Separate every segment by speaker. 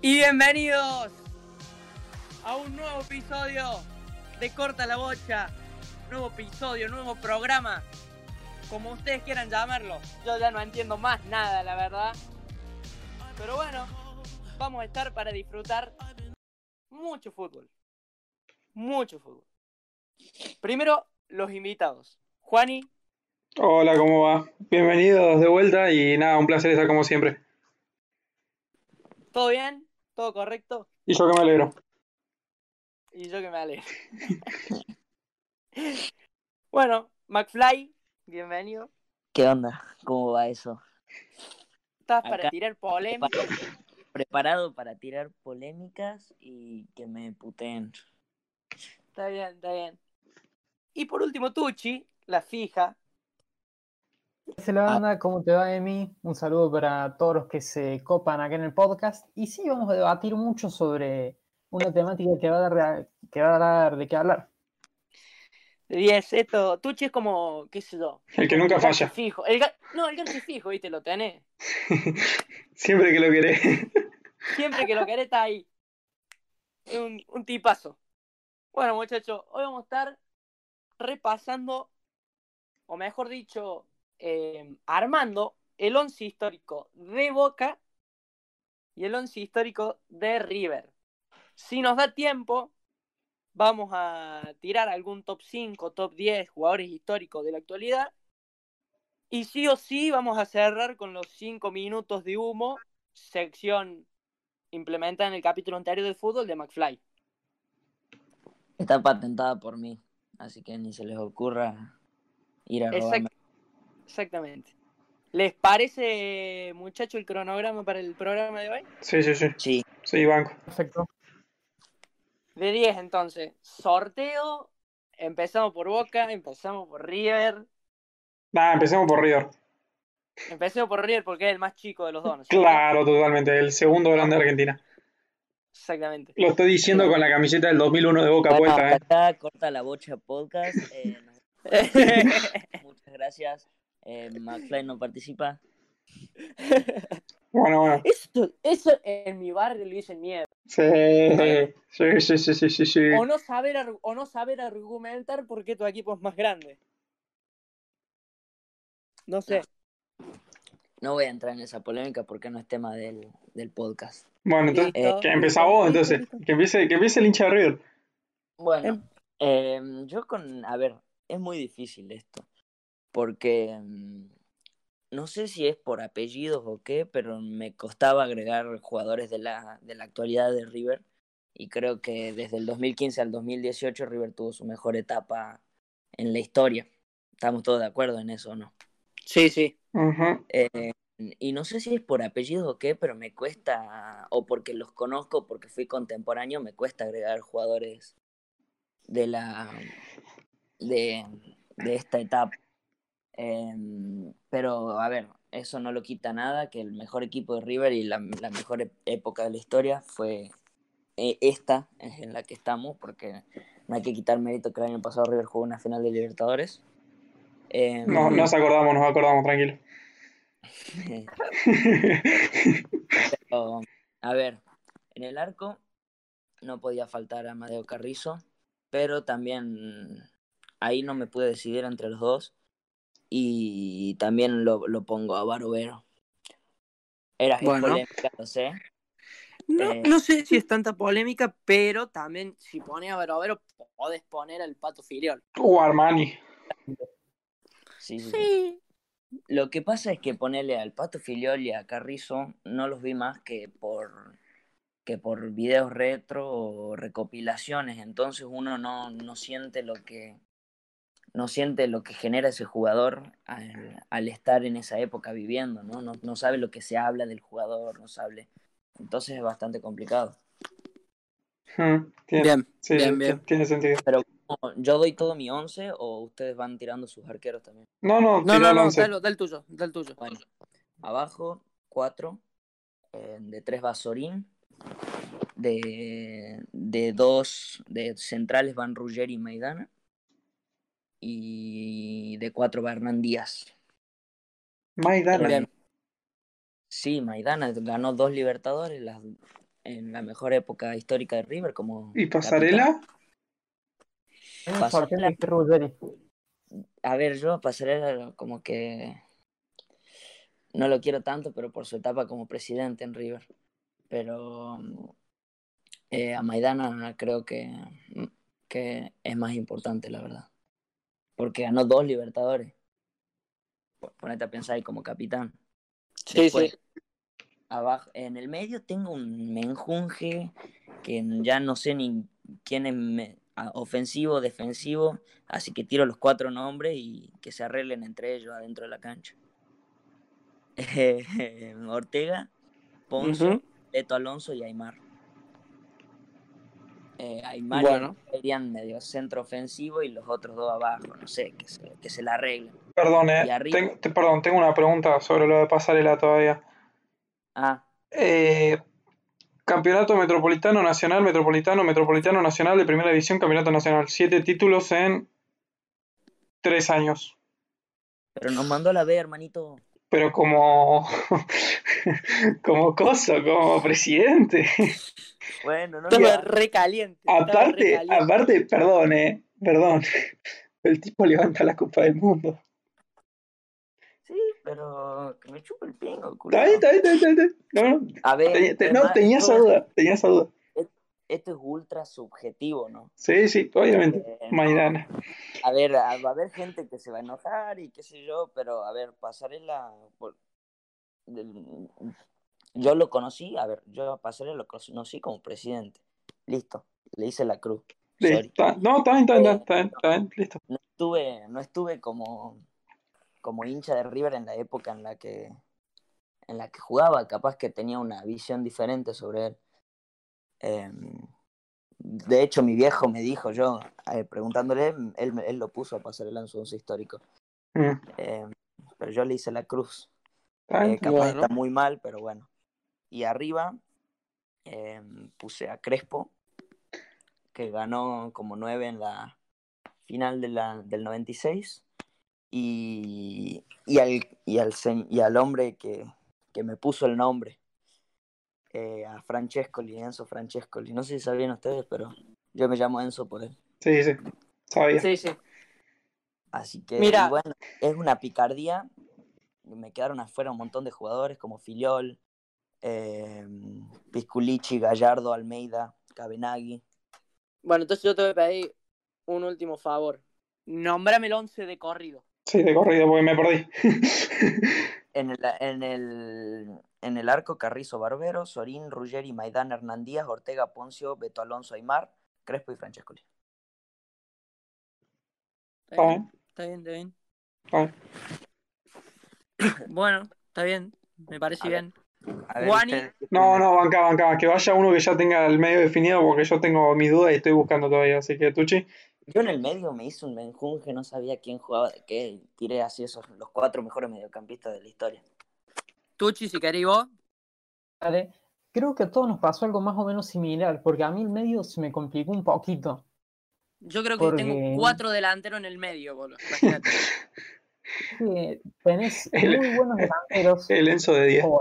Speaker 1: Y bienvenidos a un nuevo episodio de Corta la Bocha. Nuevo episodio, nuevo programa. Como ustedes quieran llamarlo. Yo ya no entiendo más nada, la verdad. Pero bueno, vamos a estar para disfrutar mucho fútbol. Mucho fútbol. Primero, los invitados. Juani,
Speaker 2: Hola, ¿cómo va? Bienvenidos de vuelta y nada, un placer estar como siempre.
Speaker 1: ¿todo bien? ¿Todo correcto?
Speaker 2: Y yo que me alegro.
Speaker 1: Y yo que me alegro. bueno, McFly, bienvenido.
Speaker 3: ¿Qué onda? ¿Cómo va eso?
Speaker 1: Estás para
Speaker 3: Acá.
Speaker 1: tirar polémica.
Speaker 3: Preparado para tirar polémicas y que me puteen.
Speaker 1: Está bien, está bien. Y por último, Tucci, la fija.
Speaker 4: Dice la banda, ¿cómo te va, Emi? Un saludo para todos los que se copan acá en el podcast. Y sí, vamos a debatir mucho sobre una temática que va a dar, de- que va a dar de qué hablar.
Speaker 1: de 10, esto. Tucci es como, qué sé yo.
Speaker 2: El que nunca
Speaker 1: el gancho
Speaker 2: falla,
Speaker 1: Fijo. El ga- No, el gancho fijo, viste, lo tenés.
Speaker 2: siempre que lo querés.
Speaker 1: Siempre que lo querés está ahí. Es Un, un tipazo. Bueno, muchachos, hoy vamos a estar repasando, o mejor dicho, eh, armando el once histórico de Boca y el once histórico de River. Si nos da tiempo, vamos a tirar algún top 5, top 10 jugadores históricos de la actualidad. Y sí o sí vamos a cerrar con los 5 minutos de humo, sección implementa en el capítulo anterior del fútbol de McFly.
Speaker 3: Está patentada por mí, así que ni se les ocurra ir a robarme.
Speaker 1: Exact- Exactamente. ¿Les parece, muchacho, el cronograma para el programa de hoy?
Speaker 2: Sí, sí, sí,
Speaker 3: Sí,
Speaker 2: sí, banco.
Speaker 4: Perfecto.
Speaker 1: De 10 entonces. Sorteo. Empezamos por Boca, empezamos por River.
Speaker 2: Nada, empecemos por River.
Speaker 1: Empecemos por River porque es el más chico de los dos. ¿no es cierto?
Speaker 2: Claro, totalmente, el segundo grande de Argentina.
Speaker 1: Exactamente.
Speaker 2: Lo estoy diciendo con la camiseta del 2001 de Boca
Speaker 3: Bueno,
Speaker 2: puesta, ¿eh?
Speaker 3: acá corta la bocha podcast. eh, nos- muchas gracias. Eh, McFly no participa.
Speaker 2: Bueno, bueno.
Speaker 1: Eso, eso en mi barrio lo dicen miedo.
Speaker 2: Sí, sí, sí, sí, sí, sí, sí.
Speaker 1: O no saber, argu- o no saber argumentar por qué tu equipo es más grande. No sé.
Speaker 3: No voy a entrar en esa polémica porque no es tema del, del podcast.
Speaker 2: Bueno, entonces,
Speaker 1: Listo.
Speaker 2: que empieza vos,
Speaker 1: Listo,
Speaker 2: entonces.
Speaker 1: listo.
Speaker 2: Que empiece, que empiece el hincha de River.
Speaker 3: Bueno, em, yo con, a ver, es muy difícil esto, porque em, no sé si es por apellidos o qué, pero me costaba agregar jugadores de la, de la actualidad de River y creo que desde el 2015 al 2018 River tuvo su mejor etapa en la historia. Estamos todos de acuerdo en eso, ¿no?
Speaker 1: Sí, sí.
Speaker 2: Ujú.
Speaker 3: Eh, y no sé si es por apellidos o qué, pero me cuesta, o porque los conozco, porque fui contemporáneo, me cuesta agregar jugadores de la de, de esta etapa. Em, pero a ver, eso no lo quita nada, que el mejor equipo de River y la, la mejor e- época de la historia fue eh, esta en la que estamos, porque no hay que quitar mérito que el año pasado River jugó una final de Libertadores. Em,
Speaker 2: No, nos acordamos, nos acordamos, tranquilo.
Speaker 3: Em, Pero, Oh, a ver, en el arco no podía faltar a Amadeo Carrizo, pero también ahí no me pude decidir entre los dos. Y también lo, lo pongo a Barovero. Era es
Speaker 1: Bueno.
Speaker 3: polémica, lo sé.
Speaker 1: No,
Speaker 3: Eh,
Speaker 1: no sé si es tanta polémica, pero también si pones a Barovero, podés poner al pato filial.
Speaker 2: Uh, Armani.
Speaker 3: Sí, sí, sí. Lo que pasa es que ponerle al Pato Filiol y a Carrizo no los vi más que por que por videos retro o recopilaciones, entonces uno no, no siente lo que no siente lo que genera ese jugador al, al estar en esa época viviendo, ¿no? ¿no? No sabe lo que se habla del jugador, no sabe. Entonces es bastante complicado.
Speaker 2: Ujú, tiene- sí,
Speaker 1: bien,
Speaker 2: sí,
Speaker 1: bien.
Speaker 2: tiene sentido.
Speaker 3: No, Yo doy todo mi once o ustedes van tirando sus arqueros también.
Speaker 2: No, no,
Speaker 1: No,
Speaker 2: tirá
Speaker 1: no,
Speaker 2: el
Speaker 1: no,
Speaker 2: once.
Speaker 1: dale, dale el tuyo, dale el tuyo.
Speaker 3: Bueno, abajo, 4. de 3 Basorín. De, de dos de centrales van Ruggeri y Maidana. Y de 4 va Hernán Díaz.
Speaker 2: Maidana.
Speaker 3: Sí, Maidana ganó dos Libertadores, las, en la mejor época histórica de River como
Speaker 2: ¿Y Pasarela?
Speaker 4: Tenemos
Speaker 3: Pasó
Speaker 4: sorteo
Speaker 3: la-
Speaker 4: de Pierre Ruggeri.
Speaker 3: A ver, yo Pasarela como que no lo quiero tanto, pero por su etapa como presidente en River. Pero mm, eh, a Maidana creo que, mm, que es más importante, la verdad. Porque ganó dos Libertadores. Po- Ponete a pensar ahí como capitán.
Speaker 1: Sí,
Speaker 3: Después, Abajo, en el medio tengo un menjunje que ya no sé ni quién es me- a- ofensivo, defensivo, así que tiro los cuatro nombres y que se arreglen entre ellos adentro de la cancha. Ortega, Ponce,
Speaker 1: Ujú.
Speaker 3: Beto Alonso y Aymar. Eh, Aymar
Speaker 1: Bueno.
Speaker 3: serían medio centro ofensivo y los otros dos abajo, no sé, que se, que se la arreglen.
Speaker 2: Perdón, eh,
Speaker 3: Y arriba.
Speaker 2: ten- te- perdón, tengo una pregunta sobre lo de Pasarela todavía.
Speaker 3: Ah,
Speaker 2: Eh, campeonato Metropolitano Nacional, Metropolitano, Metropolitano Nacional de Primera División, Campeonato Nacional. Siete títulos en tres años.
Speaker 3: pero nos mandó la B, hermanito.
Speaker 2: Pero como, como cosa, como presidente.
Speaker 3: Bueno, no
Speaker 1: Estaba
Speaker 3: nos-
Speaker 1: recaliente. estaba
Speaker 2: Aparte,
Speaker 1: recaliente.
Speaker 2: aparte, perdón, eh, perdón. El tipo levanta la Copa del Mundo.
Speaker 3: Sí, pero que me chupa el pingo, culo.
Speaker 2: Está bien, está bien, está bien, está bien. No, no,
Speaker 3: A ver,
Speaker 2: tenía,
Speaker 1: Este,
Speaker 2: te-
Speaker 3: es
Speaker 2: no,
Speaker 3: más,
Speaker 2: tenía esa
Speaker 3: todo
Speaker 2: duda, tenía esa duda.
Speaker 3: Esto es ultra subjetivo, ¿no?
Speaker 2: Sí, sí, obviamente.
Speaker 3: Eh,
Speaker 2: Maidana.
Speaker 3: a ver, a- va a haber gente que se va a enojar y qué sé yo, pero a ver, Pasarela. por- del- Yo lo conocí, a ver, yo a Pasarela lo conocí como presidente. Listo, le hice la cruz.
Speaker 2: Sí,
Speaker 3: Sorry.
Speaker 2: está- no, está bien, está bien, está bien, está bien, listo.
Speaker 3: No estuve, no estuve como, como hincha de River en la época en la que en la que jugaba, capaz que tenía una visión diferente sobre él. Eh, de hecho, mi viejo me dijo yo, eh, preguntándole, él, me- él lo puso a pasar el lanzo histórico.
Speaker 2: Mm,
Speaker 3: Eh, pero yo le hice la cruz.
Speaker 2: está bien,
Speaker 3: Eh, capaz
Speaker 1: Bueno.
Speaker 3: está muy mal, pero bueno. Y arriba eh, puse a Crespo, que ganó como nueve en la final de la, del 96. Y, y, al, y, al, se- y al hombre que, que me puso el nombre, eh, a Francescoli, Enzo Francescoli. No sé si sabían ustedes, pero yo me llamo Enzo por él.
Speaker 2: Sí, sí, sabía.
Speaker 1: Sí, sí.
Speaker 3: Así que,
Speaker 1: Mira.
Speaker 3: y bueno, es una picardía. Me quedaron afuera un montón de jugadores como Filiol, eh, Pisculichi, Gallardo, Almeida, Cabenagui.
Speaker 1: Bueno, entonces yo te voy a pedir un último favor. Nómbrame el 11 de corrido.
Speaker 2: Sí, de corrido, porque me perdí.
Speaker 3: En el, en el, en el arco, Carrizo, Barbero, Sorín, Ruggeri, Maidán, Hernández, Ortega, Poncio, Beto Alonso, Aymar, Crespo y Francescoli.
Speaker 1: ¿Está
Speaker 2: Está
Speaker 1: bien?
Speaker 2: bien,
Speaker 1: Está bien, está bien.
Speaker 2: está bien.
Speaker 1: Bueno, está bien. Me parece
Speaker 3: A ver.
Speaker 1: bien.
Speaker 3: A ver,
Speaker 1: Guani.
Speaker 3: ustedes, ¿qué
Speaker 2: No,
Speaker 3: opinan?
Speaker 2: no, banca, banca, que vaya uno que ya tenga el medio definido, porque yo tengo mis dudas y estoy buscando todavía. Así que, Tuchi,
Speaker 3: Yo en el medio me hice un menjunje, no sabía quién jugaba de qué. y Tiré así esos, los cuatro mejores mediocampistas de la historia.
Speaker 1: Tucci, si querés vos.
Speaker 4: Dale. Creo que a todos nos pasó algo más o menos similar, porque a mí el medio se me complicó un poquito.
Speaker 1: Yo creo que
Speaker 4: Porque-
Speaker 1: tengo cuatro delanteros en el medio, boludo. Imagínate.
Speaker 4: Que tenés
Speaker 2: El-
Speaker 4: muy buenos delanteros
Speaker 2: el Enzo eh, de 10.
Speaker 4: o,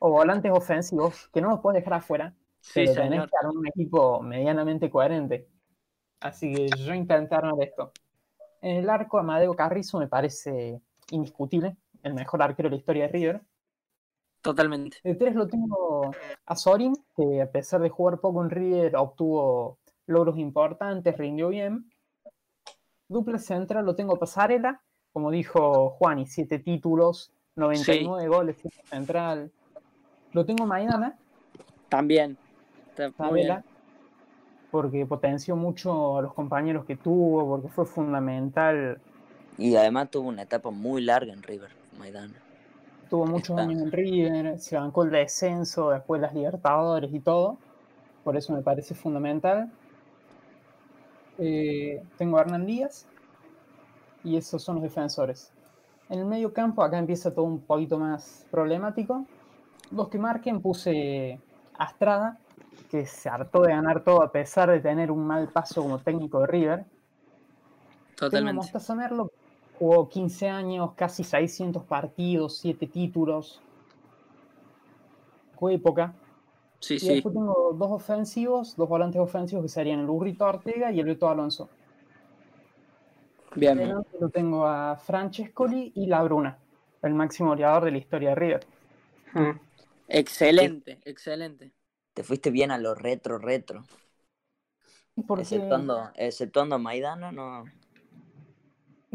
Speaker 4: o volantes ofensivos que no los puedes dejar afuera,
Speaker 1: sí,
Speaker 4: pero tenés
Speaker 1: señor.
Speaker 4: que armar un equipo medianamente coherente. Así que yo intenté armar esto. En el arco, Amadeo Carrizo me parece indiscutible, el mejor arquero de la historia de River.
Speaker 1: Totalmente.
Speaker 4: De tres lo tengo a Sorin, que a pesar de jugar poco en River obtuvo logros importantes, rindió bien. Dupla central lo tengo a Pasarela, como dijo Juan, y siete títulos, 99 goles siete central. Lo tengo a Maidana,
Speaker 1: También. Está muy bien.
Speaker 4: Pasarela, porque potenció mucho a los compañeros que tuvo, porque fue fundamental.
Speaker 3: Y además tuvo una etapa muy larga en River, Maidana.
Speaker 4: Tuvo muchos
Speaker 3: Está.
Speaker 4: años en River, se bancó el descenso, después las Libertadores y todo. Por eso me parece fundamental. Eh, tengo a Hernán Díaz y esos son los defensores. En el medio campo, acá empieza todo un poquito más problemático. Los que marquen puse a Estrada, que se hartó de ganar todo a pesar de tener un mal paso como técnico de River. Tengo a
Speaker 1: Totalmente.
Speaker 4: Mostaza Merlo, jugó 15 años, casi 600 partidos, 7 títulos. Fue época.
Speaker 3: Sí,
Speaker 4: Y
Speaker 3: sí.
Speaker 4: después tengo dos ofensivos, dos volantes ofensivos que serían el Burrito Ortega y el Beto Alonso.
Speaker 3: Bien.
Speaker 4: Delante lo tengo a Francescoli y La Bruna, el máximo goleador de la historia de River.
Speaker 1: Oh.
Speaker 2: Mm.
Speaker 1: Excelente, excelente.
Speaker 3: Te fuiste bien a lo retro, retro.
Speaker 4: Y Porque,
Speaker 3: Exceptuando, exceptuando a Maidana, no.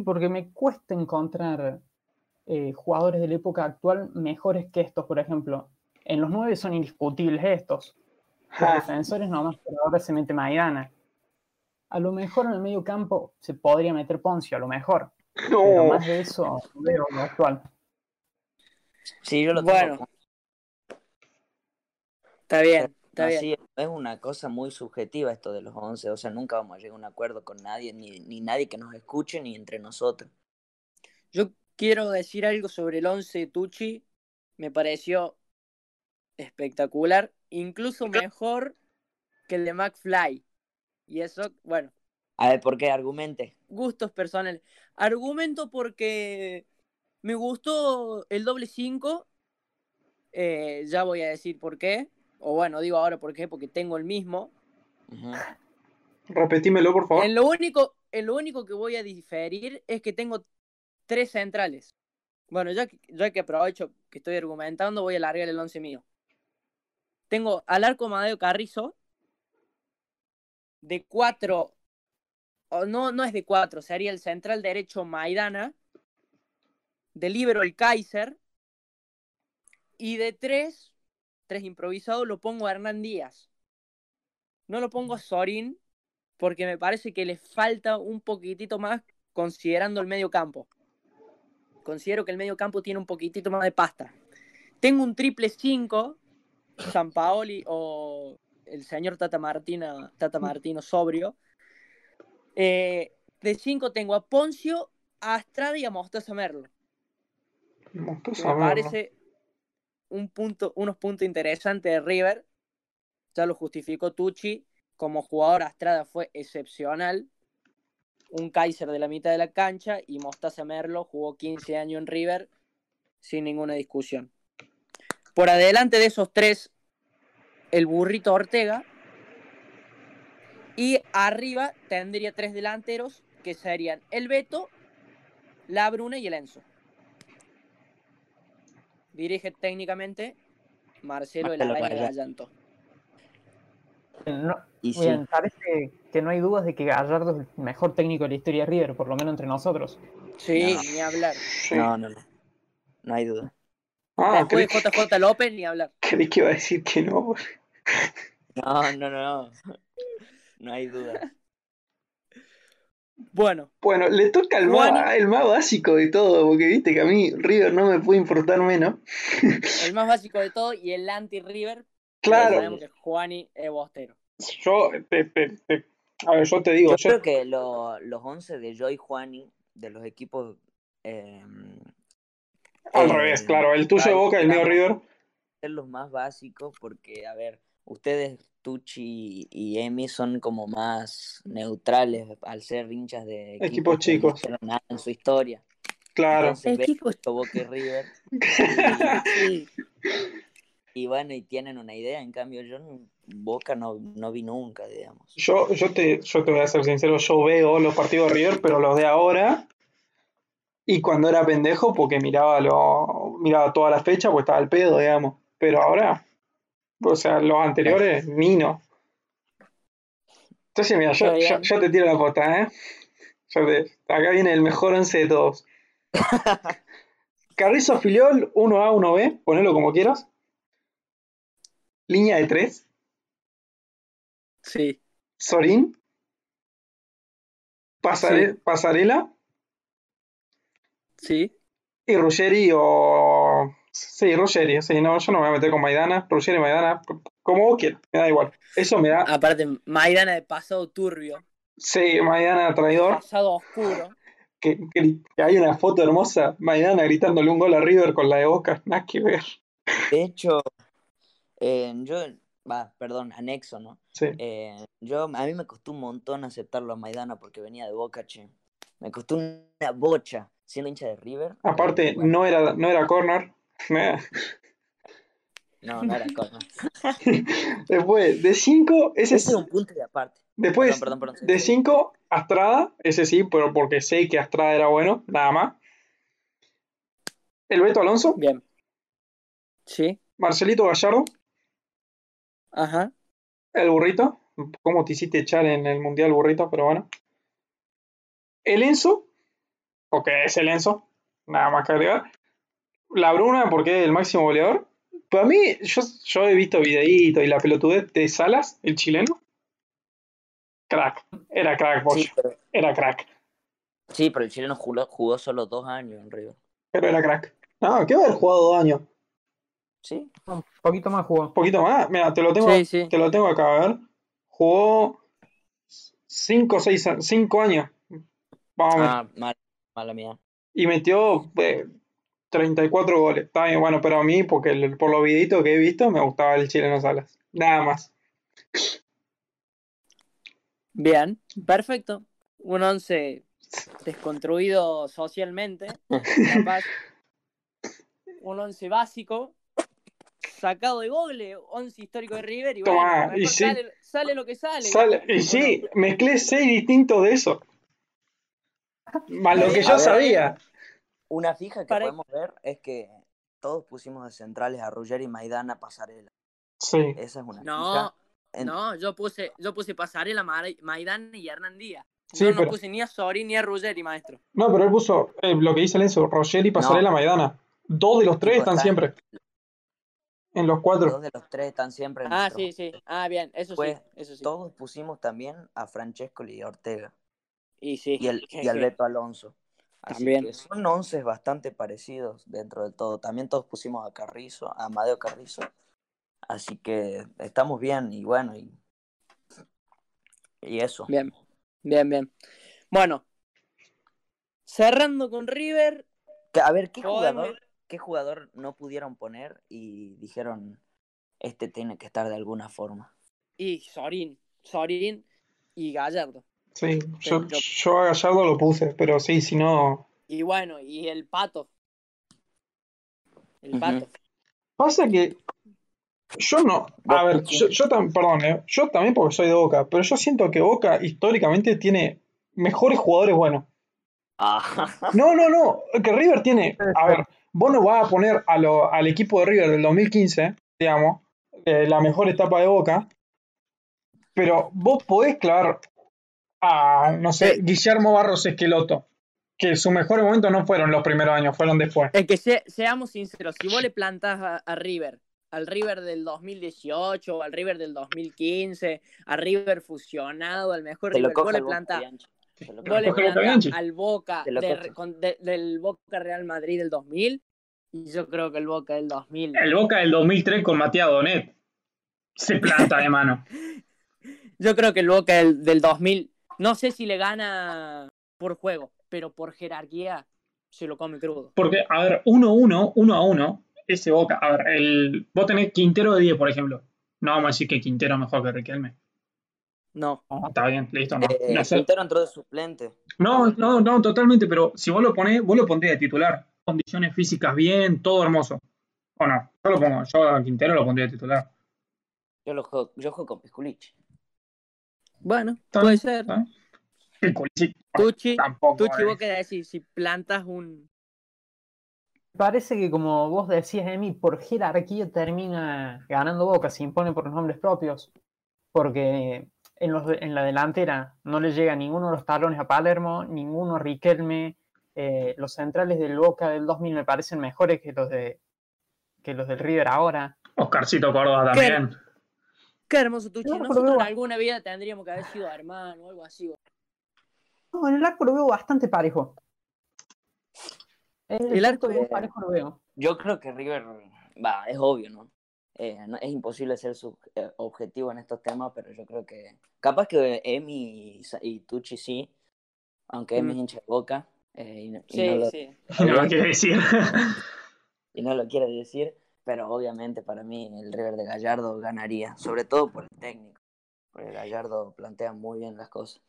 Speaker 4: porque me cuesta encontrar eh, jugadores de la época actual mejores que estos, por ejemplo. En los nueve son indiscutibles estos. Los
Speaker 1: Ah,
Speaker 2: Ah,
Speaker 4: defensores nomás, pero ahora se mete Maidana. A lo mejor en el medio campo se podría meter Poncio, a lo mejor. Pero
Speaker 2: No.
Speaker 4: más de eso, no veo lo actual.
Speaker 3: Sí, yo lo tengo.
Speaker 1: Bueno,
Speaker 3: como-
Speaker 1: Está bien, está bien.
Speaker 3: así, es una cosa muy subjetiva esto de los 11. O sea, nunca vamos a llegar a un acuerdo con nadie, ni, ni nadie que nos escuche, ni entre nosotros.
Speaker 1: Yo quiero decir algo sobre el 11 de Tucci. Me pareció espectacular, incluso mejor que el de McFly. Y eso, bueno,
Speaker 3: A ver, ¿por qué? Argumente.
Speaker 1: gustos personales. Argumento porque me gustó el doble 5. ya voy a decir por qué. O bueno, digo ahora por qué, porque tengo el mismo.
Speaker 3: Ujú.
Speaker 2: Repetímelo, por favor.
Speaker 1: En lo único, en lo único que voy a diferir es que tengo tres centrales. Bueno, ya que, ya que aprovecho que estoy argumentando, voy a alargar el once mío. Tengo al arco Madeo Carrizo. De cuatro. o no, no es de cuatro, sería el central derecho Maidana. De libero el Kaiser. Y de tres, tres improvisado, lo pongo a Hernán Díaz. No lo pongo a Sorín, porque me parece que le falta un poquitito más considerando el medio campo. Considero que el medio campo tiene un poquitito más de pasta. Tengo un triple 5, San Paoli o el señor Tata, Martina, Tata Martino sobrio. Eh, de 5 tengo a Poncio, a Astrada y a Mostaza Merlo.
Speaker 2: No,
Speaker 1: que
Speaker 2: tú
Speaker 1: Me
Speaker 2: sabes, ¿no?
Speaker 1: parece un punto, unos puntos interesantes de River. Ya lo justificó Tucci. Como jugador, Astrada fue excepcional. Un Kaiser de la mitad de la cancha y Mostaza Merlo jugó 15 años en River sin ninguna discusión. Por adelante de esos tres, el burrito Ortega. Y arriba tendría tres delanteros que serían el Beto, la Bruna y el Enzo. Dirige técnicamente Marcelo El
Speaker 3: Marcelo
Speaker 1: Araña
Speaker 3: Gallardo.
Speaker 1: Gallanto.
Speaker 4: Eh, No-
Speaker 3: Y sí,
Speaker 4: Bien, parece que no hay dudas de que Gallardo es el mejor técnico de la historia de River, por lo menos entre nosotros.
Speaker 1: Sí,
Speaker 3: No.
Speaker 1: ni hablar.
Speaker 2: Sí.
Speaker 3: no, no, no. No hay duda.
Speaker 2: Ah,
Speaker 1: Después
Speaker 2: creí,
Speaker 1: de JJ López, ni hablar.
Speaker 2: creí que iba a decir que no.
Speaker 3: No, no, no. No, no hay duda.
Speaker 1: Bueno,
Speaker 2: Bueno, le toca el más,
Speaker 1: Bueno.
Speaker 2: el más básico de todo, porque viste que a mí River no me puede importar menos.
Speaker 1: el más básico de todo y el anti-River.
Speaker 2: Claro,
Speaker 1: Sabemos que Juani es bostero.
Speaker 2: yo, te- te- te- a ver, yo te digo,
Speaker 3: Yo
Speaker 2: yo-
Speaker 3: creo que lo- los 11 de Joy Juani, de los equipos. eh,
Speaker 2: al
Speaker 3: eh,
Speaker 2: revés, claro, el tuyo de Boca, el mío River.
Speaker 3: ser los más básicos porque, a ver, ustedes, Tucci y Emi, son como más neutrales al ser hinchas de
Speaker 2: Equipos
Speaker 3: que
Speaker 2: chicos.
Speaker 3: No hicieron nada en su historia.
Speaker 2: Claro,
Speaker 3: Entonces, ven
Speaker 1: Equipos-
Speaker 3: esto Boca y River y bueno, y tienen una idea. En cambio, yo no- Boca no, no vi nunca, digamos.
Speaker 2: yo, yo, te, yo te voy a ser sincero, yo veo los partidos de River, pero los de ahora. Y cuando era pendejo, porque miraba, lo, miraba todas las fechas, pues estaba al pedo, digamos. Pero ahora, o sea, los anteriores, ni no. Entonces, mira, yo,
Speaker 1: Está
Speaker 2: yo-
Speaker 1: bien.
Speaker 2: yo te tiro la posta, ¿eh? Yo te- acá viene el mejor once de todos. Carrizo Filiol, 1A, 1B, ponelo como quieras. Línea de 3,
Speaker 1: Sí.
Speaker 2: Sorín. Pasare- Pasarela.
Speaker 1: Sí.
Speaker 2: Y Ruggeri o. Sí, Ruggeri. Sí, no, yo no me voy a meter con Maidana. Ruggeri, Maidana, como vos quieras, me da igual. Eso me da.
Speaker 1: Aparte, Maidana de pasado turbio,
Speaker 2: Sí, Maidana traidor.
Speaker 1: pasado oscuro.
Speaker 2: Que, que- que hay una foto hermosa. Maidana gritándole un gol a River con la de Boca. Nada que ver.
Speaker 3: De hecho, eh, yo, va, perdón, anexo, ¿no?
Speaker 2: Sí.
Speaker 3: Eh, yo, a mí me costó un montón aceptarlo a Maidana porque venía de Boca, che. Me costó una bocha siendo hincha de River.
Speaker 2: Aparte,
Speaker 3: Eh, bueno,
Speaker 2: no era, no era corner. Nah.
Speaker 3: No, no era Copa.
Speaker 2: Después, de 5, ese
Speaker 3: Ese
Speaker 2: sí.
Speaker 3: es un punto y aparte.
Speaker 2: Después,
Speaker 3: perdón, perdón, perdón.
Speaker 2: pues, de 5, Astrada, ese sí, pero porque sé que Astrada era bueno, nada más. El Beto Alonso,
Speaker 1: Bien. Sí,
Speaker 2: Marcelito Gallardo,
Speaker 1: ajá.
Speaker 2: el Burrito, cómo te hiciste echar en el Mundial Burrito, pero bueno. El Enzo, porque es el Enzo, nada más que agregar. La Bruna, porque es el máximo goleador. Para mí, yo, yo he visto videíto y la pelotudez de Salas, el chileno. Crack, era crack, Bocho,
Speaker 3: Sí pero,
Speaker 2: era crack.
Speaker 3: sí, pero el chileno jugó, jugó solo dos años en River.
Speaker 2: Pero era crack. No, ¿qué va a haber jugado dos años?
Speaker 3: Sí,
Speaker 4: Un poquito más jugó.
Speaker 2: Un poquito más. Mira, te lo tengo,
Speaker 1: Sí, sí.
Speaker 2: te lo tengo acá, a ver. Jugó 5 seis, a- cinco años. Vamos a ver.
Speaker 3: ah, mal, mala mía.
Speaker 2: Y metió eh, 34 goles. Está bien, bueno, pero a mí, porque el- por los videitos que he visto, me gustaba el chileno Salas. Nada más.
Speaker 1: Bien, perfecto. Un once desconstruido socialmente, capaz. Un once básico, sacado de Google, once histórico de River y, bueno,
Speaker 2: Tomá,
Speaker 1: a lo
Speaker 2: y
Speaker 1: mejor
Speaker 2: sí.
Speaker 1: sale, sale lo que sale.
Speaker 2: Sal- y sí, mezclé seis distintos de eso. Más lo que
Speaker 3: A
Speaker 2: yo
Speaker 3: ver.
Speaker 2: sabía.
Speaker 3: Una fija que
Speaker 1: Pare-
Speaker 3: podemos ver es que todos pusimos de centrales a Ruggeri y Maidana Pasarela.
Speaker 2: Sí.
Speaker 3: Esa es una
Speaker 1: No,
Speaker 3: fija. En-
Speaker 1: no, yo puse, yo puse Pasarela, Mar- Maidán y Hernán Díaz.
Speaker 2: Sí,
Speaker 1: yo no
Speaker 2: pero-
Speaker 1: puse ni a Sori ni a Ruggeri, maestro.
Speaker 2: No, pero él puso eh, lo que dice Lenzo, Roger y Pasarela Maidana. Dos de los tres
Speaker 3: Tipo,
Speaker 2: están
Speaker 3: está-
Speaker 2: siempre. En los cuatro.
Speaker 3: Dos de los tres están siempre en
Speaker 1: Ah,
Speaker 3: nuestro-
Speaker 1: sí, sí. Ah, bien, eso sí,
Speaker 3: Pues,
Speaker 1: eso sí.
Speaker 3: Todos pusimos también a Francesco y Ortega
Speaker 1: Y sí.
Speaker 3: y, el, y al Beto Alonso. Así
Speaker 1: También.
Speaker 3: que son once bastante parecidos dentro del todo. También todos pusimos a Carrizo, a Amadeo Carrizo. Así que estamos bien y bueno, y, y eso.
Speaker 1: Bien, bien, bien. Bueno, cerrando con River,
Speaker 3: Que- A ver, ¿qué
Speaker 1: Podemos-
Speaker 3: jugador, ¿qué jugador no pudieron poner y dijeron, este tiene que estar de alguna forma?
Speaker 1: y Sorín, Sorín y Gallardo.
Speaker 2: Sí, yo,
Speaker 1: Pero yo-
Speaker 2: yo a Gallardo lo puse, pero sí, si no.
Speaker 1: Y bueno, y el Pato. El
Speaker 3: Ujú.
Speaker 1: Pato.
Speaker 2: Pasa que. Yo no. A ver, yo, yo tam- perdón, eh, yo también porque soy de Boca, pero yo siento que Boca históricamente tiene mejores jugadores buenos.
Speaker 3: Ah,
Speaker 2: No, no, no, que River tiene. A ver, vos no vas a poner a lo- al equipo de River del 2015, digamos, eh, la mejor etapa de Boca, pero vos podés clavar a, no sé, Guillermo Barros Esqueloto, que sus mejores momentos no fueron los primeros años, fueron después.
Speaker 1: Es que se- seamos sinceros, si vos le plantás a, a River, al River del 2018, al River del 2015, al River fusionado, al mejor
Speaker 3: Te lo
Speaker 1: River, vos
Speaker 3: coge
Speaker 1: le
Speaker 3: el Boca
Speaker 1: plantás
Speaker 3: Bianchi, te lo
Speaker 1: Vos
Speaker 3: coge.
Speaker 1: le
Speaker 2: Boca Boca
Speaker 1: plantás
Speaker 2: Bianchi.
Speaker 1: al Boca
Speaker 3: Te lo
Speaker 1: de-
Speaker 3: cojo.
Speaker 1: con- de- del Boca Real Madrid del 2000 y yo creo que el Boca del 2000
Speaker 2: El Boca del 2003 con Matías Donet se planta de mano.
Speaker 1: yo creo que el Boca del, del 2000 no sé si le gana por juego pero por jerarquía se lo come crudo
Speaker 2: Porque, a ver, 1-1, 1-1, ese Boca. A ver, el, vos tenés Quintero de 10, por ejemplo. No vamos a decir que Quintero es mejor que Riquelme.
Speaker 1: no
Speaker 2: Está bien, listo, no.
Speaker 3: Eh,
Speaker 2: No, sé.
Speaker 3: Quintero entró de suplente.
Speaker 2: no, no, no, totalmente, pero si vos lo ponés, vos lo pondrías de titular. Condiciones físicas bien, todo hermoso. O no, yo lo pongo, yo a Quintero lo pondría de titular.
Speaker 3: Yo, lo juego, yo juego con Pisculich.
Speaker 1: bueno
Speaker 2: Tan-
Speaker 1: puede ser
Speaker 2: tan- El Pulisic
Speaker 1: Tucci
Speaker 2: tampoco.
Speaker 1: Tucci
Speaker 2: eh.
Speaker 1: vos qué decís si plantas un
Speaker 4: Parece que como vos decías, Emi, por jerarquía termina ganando Boca, se impone por los nombres propios, porque en, los de- en la delantera no le llega ninguno de los talones a Palermo, ninguno a Riquelme, eh, los centrales del Boca del 2000 me parecen mejores que los, de, que los del River ahora.
Speaker 2: Oscarcito Córdoba
Speaker 1: ¿Qué?
Speaker 2: también.
Speaker 1: qué hermoso Tucci
Speaker 4: No, pero
Speaker 1: nosotros en
Speaker 4: veo-
Speaker 1: alguna vida tendríamos que haber sido hermano o algo así
Speaker 4: No, en el arco lo veo bastante parejo. En
Speaker 1: El arco
Speaker 4: punto de
Speaker 1: es-
Speaker 4: vista parejo lo veo.
Speaker 3: Yo creo que River, va, es obvio, ¿no? Eh, no- es imposible ser sub- eh, objetivo en estos temas, pero yo creo que. Capaz que Emi y, Sa- y Tucci sí, aunque Emi
Speaker 1: Mm.
Speaker 3: es hincha de boca eh, y, no- y
Speaker 1: sí
Speaker 3: no lo,
Speaker 1: sí
Speaker 2: No lo quiere decir.
Speaker 3: y no lo quiere decir, pero obviamente para mí el River de Gallardo ganaría, sobre todo por el técnico, porque Gallardo plantea muy bien las cosas.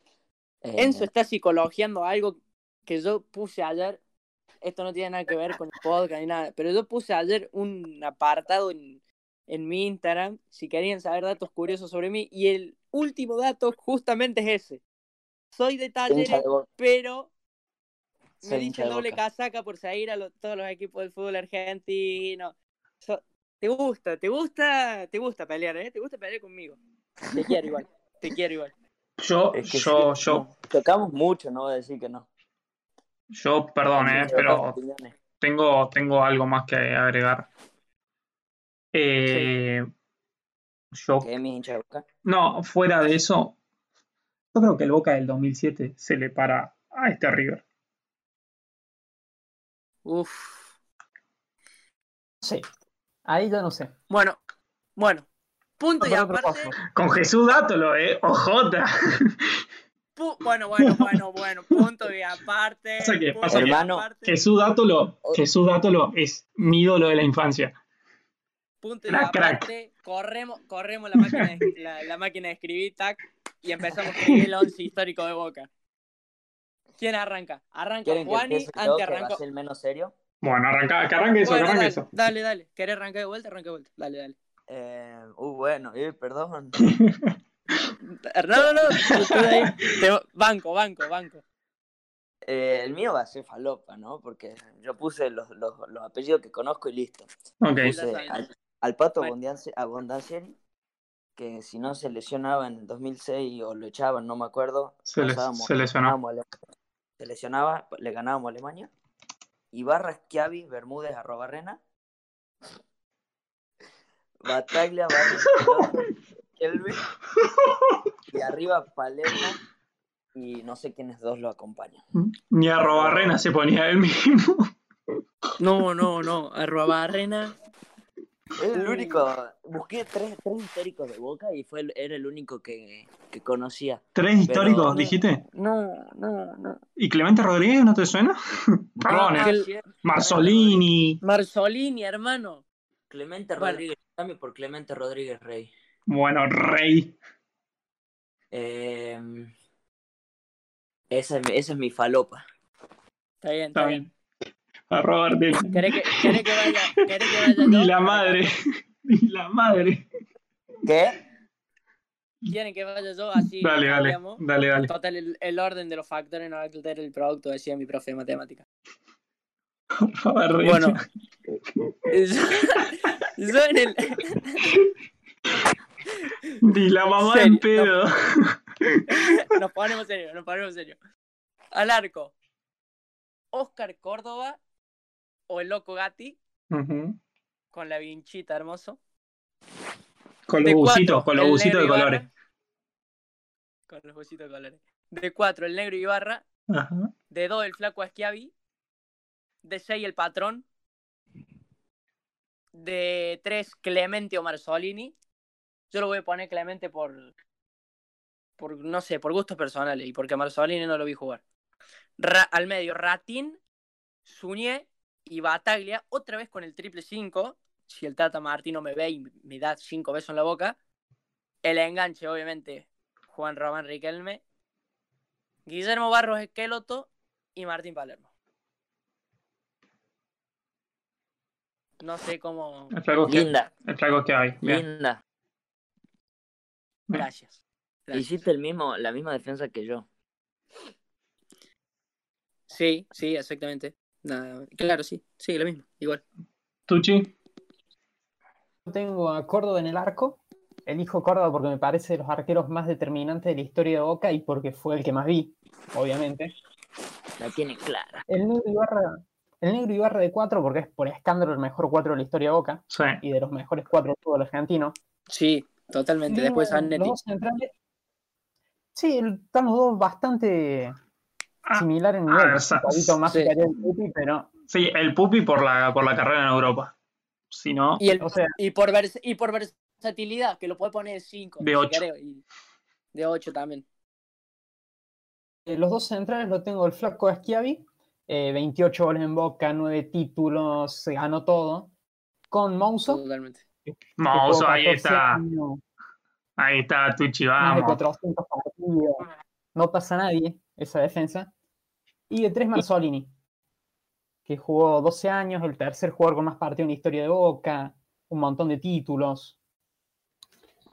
Speaker 3: Eh,
Speaker 1: Enzo está psicologiando algo que yo puse ayer. Esto no tiene nada que ver con el podcast ni nada, pero yo puse ayer un apartado en, en mi Instagram si querían saber datos curiosos sobre mí. Y el último dato justamente es ese. Soy de Talleres,
Speaker 3: Hincha de Boca.
Speaker 1: pero me
Speaker 3: Soy hincha
Speaker 1: dicen
Speaker 3: de
Speaker 1: doble
Speaker 3: Boca.
Speaker 1: casaca por seguir a lo- todos los equipos del fútbol argentino. So- te gusta, te gusta, te gusta pelear, ¿eh? Te gusta pelear conmigo. Te quiero igual, te quiero igual.
Speaker 2: Yo,
Speaker 3: Es que
Speaker 2: yo,
Speaker 3: sí,
Speaker 2: yo,
Speaker 3: nos Tocamos mucho, no voy a decir que no.
Speaker 2: yo, perdón, eh,
Speaker 3: Nos
Speaker 2: pero
Speaker 3: tocamos opiniones.
Speaker 2: tengo, tengo algo más que agregar. Eh, Yo,
Speaker 3: Que Emi es hincha de Boca.
Speaker 2: no, fuera de eso, yo creo que el Boca del 2007 se le para a este River.
Speaker 1: Uf.
Speaker 4: Sí. Ahí ya no sé.
Speaker 1: Bueno, bueno. Punto y
Speaker 4: Para otro
Speaker 1: aparte.
Speaker 4: paso.
Speaker 2: Con Jesús Dátolo, eh, ojota.
Speaker 1: pu- bueno, bueno, bueno, bueno. Punto y aparte.
Speaker 2: Pasa que-
Speaker 1: punto
Speaker 2: pasa
Speaker 1: y
Speaker 3: que- Hermano,
Speaker 1: aparte,
Speaker 2: Jesús Dátolo,
Speaker 3: O-
Speaker 2: Jesús Dátolo es mi ídolo de la infancia.
Speaker 1: punto y
Speaker 2: crack, crack.
Speaker 1: aparte. Corremos, corremos la máquina de, la, la máquina de escribir, tac. Y empezamos con el once histórico de Boca. ¿Quién arranca? Arranca
Speaker 3: ¿Quieren que
Speaker 1: Juani,
Speaker 3: empiece yo,
Speaker 1: antes
Speaker 3: que va a
Speaker 1: arrancó.
Speaker 3: ser el menos serio?
Speaker 2: Bueno, arranca, que arranque eso, que
Speaker 1: Bueno,
Speaker 2: arranque
Speaker 1: dale,
Speaker 2: eso.
Speaker 1: dale, dale. ¿Querés arrancar de vuelta? Arranca de vuelta. Dale, dale.
Speaker 3: Eh, uh, bueno, eh, perdón.
Speaker 1: No, no, no. tú ahí. Te- banco, banco, banco.
Speaker 3: Eh, el mío va a ser falopa, ¿no? Porque yo puse los, los, los apellidos que conozco y listo.
Speaker 2: Ok,
Speaker 1: Ya
Speaker 3: Puse
Speaker 1: sabes.
Speaker 3: Pues, eh, al, al Pato
Speaker 1: Bueno.
Speaker 3: Abondanzi- Abondancieri, que si no se lesionaba en el 2006 o lo echaban, no me acuerdo,
Speaker 2: se, les,
Speaker 3: pasábamos-
Speaker 2: se lesionó.
Speaker 3: ganábamos a Ale- se lesionaba, le ganábamos a Alemania. Ibarra, Schiavi, Bermúdez, Arrobarrena. Bataglia, Barrios, Peloto, Kelvin. Y arriba Palermo. Y no sé quiénes dos lo acompañan.
Speaker 2: Ni a Robarrena se ponía él mismo.
Speaker 1: No, no, no. Arruabarrena.
Speaker 3: Es el único. Busqué tres, tres históricos de Boca y fue el- era el único que, que conocía.
Speaker 2: Tres históricos,
Speaker 3: no.
Speaker 2: dijiste.
Speaker 3: No, no, no.
Speaker 2: ¿Y Clemente Rodríguez no te suena?
Speaker 3: Ah,
Speaker 2: Perdón,
Speaker 1: no,
Speaker 2: eh.
Speaker 1: el-
Speaker 3: cierto,
Speaker 2: Marzolini.
Speaker 1: Marzolini, hermano.
Speaker 3: Clemente
Speaker 1: Bueno.
Speaker 3: Rodríguez. Cambio por Clemente Rodríguez Rey.
Speaker 2: Bueno, rey.
Speaker 3: Eh, esa, es, mi- esa es mi falopa.
Speaker 1: Está bien, está
Speaker 2: Está
Speaker 1: bien.
Speaker 2: bien. A Robarte.
Speaker 1: ¿Querés que, querés que vaya? ¿Querés que vaya
Speaker 2: Ni
Speaker 1: yo?
Speaker 2: la madre. Ni la madre.
Speaker 3: ¿Qué?
Speaker 1: ¿Quieren que vaya yo? Así
Speaker 2: Dale, dale.
Speaker 1: cambiamos.
Speaker 2: Dale, dale.
Speaker 1: Total, el, el orden de los factores no va a alterar el producto, decía mi profe de matemática.
Speaker 2: Robarrena.
Speaker 1: Bueno, yo, yo en el,
Speaker 2: Ni la mamá en
Speaker 1: serio,
Speaker 2: pedo.
Speaker 1: nos ponemos serio, nos ponemos serio. Al arco, Oscar Córdoba o el Loco Gatti
Speaker 2: Ujú.
Speaker 1: con la vinchita hermoso.
Speaker 2: Con los
Speaker 1: De cuatro,
Speaker 2: busitos, con los
Speaker 1: el
Speaker 2: busitos de
Speaker 1: negro Ibarra.
Speaker 2: colores.
Speaker 1: Con los busitos de colores. De 4, el negro Ibarra.
Speaker 2: Ajá.
Speaker 1: De 2, el flaco Asquiavi. De 6, el patrón. De 3, Clemente o Marzolini. Yo lo voy a poner Clemente por. por no sé, por gustos personales y porque a Marzolini no lo vi jugar. Ra- al medio, Ratín, Suñé y Bataglia. Otra vez con el triple 5. Si el Tata Martino me ve y me da 5 besos en la boca. El enganche, obviamente, Juan Román Riquelme. Guillermo Barros Esqueloto y Martín Palermo. No sé cómo.
Speaker 2: El flaco que,
Speaker 3: Linda,
Speaker 2: el flaco que hay. Bien.
Speaker 3: linda.
Speaker 1: Gracias. Gracias.
Speaker 3: Hiciste el mismo, la misma defensa que yo.
Speaker 1: Sí, sí, exactamente. Nada, claro, sí, sí, lo mismo, igual.
Speaker 2: Tucci.
Speaker 4: Yo tengo a Córdoba en el arco. Elijo Córdoba porque me parece de los arqueros más determinantes de la historia de Boca y porque fue el que más vi, obviamente.
Speaker 3: La tiene clara.
Speaker 4: El negro Ibarra, el negro Ibarra de 4 porque es por escándalo el mejor 4 de la historia de Boca
Speaker 2: Sí.
Speaker 4: y de los mejores 4 del fútbol argentino.
Speaker 1: Sí, totalmente.
Speaker 4: Tenía
Speaker 1: Después
Speaker 4: Los
Speaker 1: Annetti.
Speaker 4: dos centrales. Sí, el- están los dos bastante
Speaker 2: Ah,
Speaker 4: similares en
Speaker 2: a
Speaker 4: nivel.
Speaker 2: ver,
Speaker 4: un
Speaker 2: sa-
Speaker 4: poquito más
Speaker 1: sí.
Speaker 4: superior el Pupi, pero.
Speaker 2: Sí, el Pupi por la, por la carrera en Europa. Si no,
Speaker 1: Y, el,
Speaker 4: O sea,
Speaker 1: y, por vers- y por versatilidad, que lo puede poner de 5.
Speaker 2: De ocho.
Speaker 1: de 8 también.
Speaker 4: eh, los dos centrales lo tengo el flaco Esquiavi, 28 goles en boca, 9 títulos, se ganó todo. Con Mouso.
Speaker 1: Totalmente.
Speaker 4: que jugó
Speaker 2: Mauso, Mm, ahí
Speaker 4: 14
Speaker 2: está.
Speaker 4: años,
Speaker 2: Ahí está, Tucci,
Speaker 4: más de
Speaker 2: vamos.
Speaker 4: 400 partidos. No pasa nadie esa defensa. Y de tres Marzolini, que jugó 12 años, el tercer jugador con más partidos en la historia de Boca, un montón de títulos.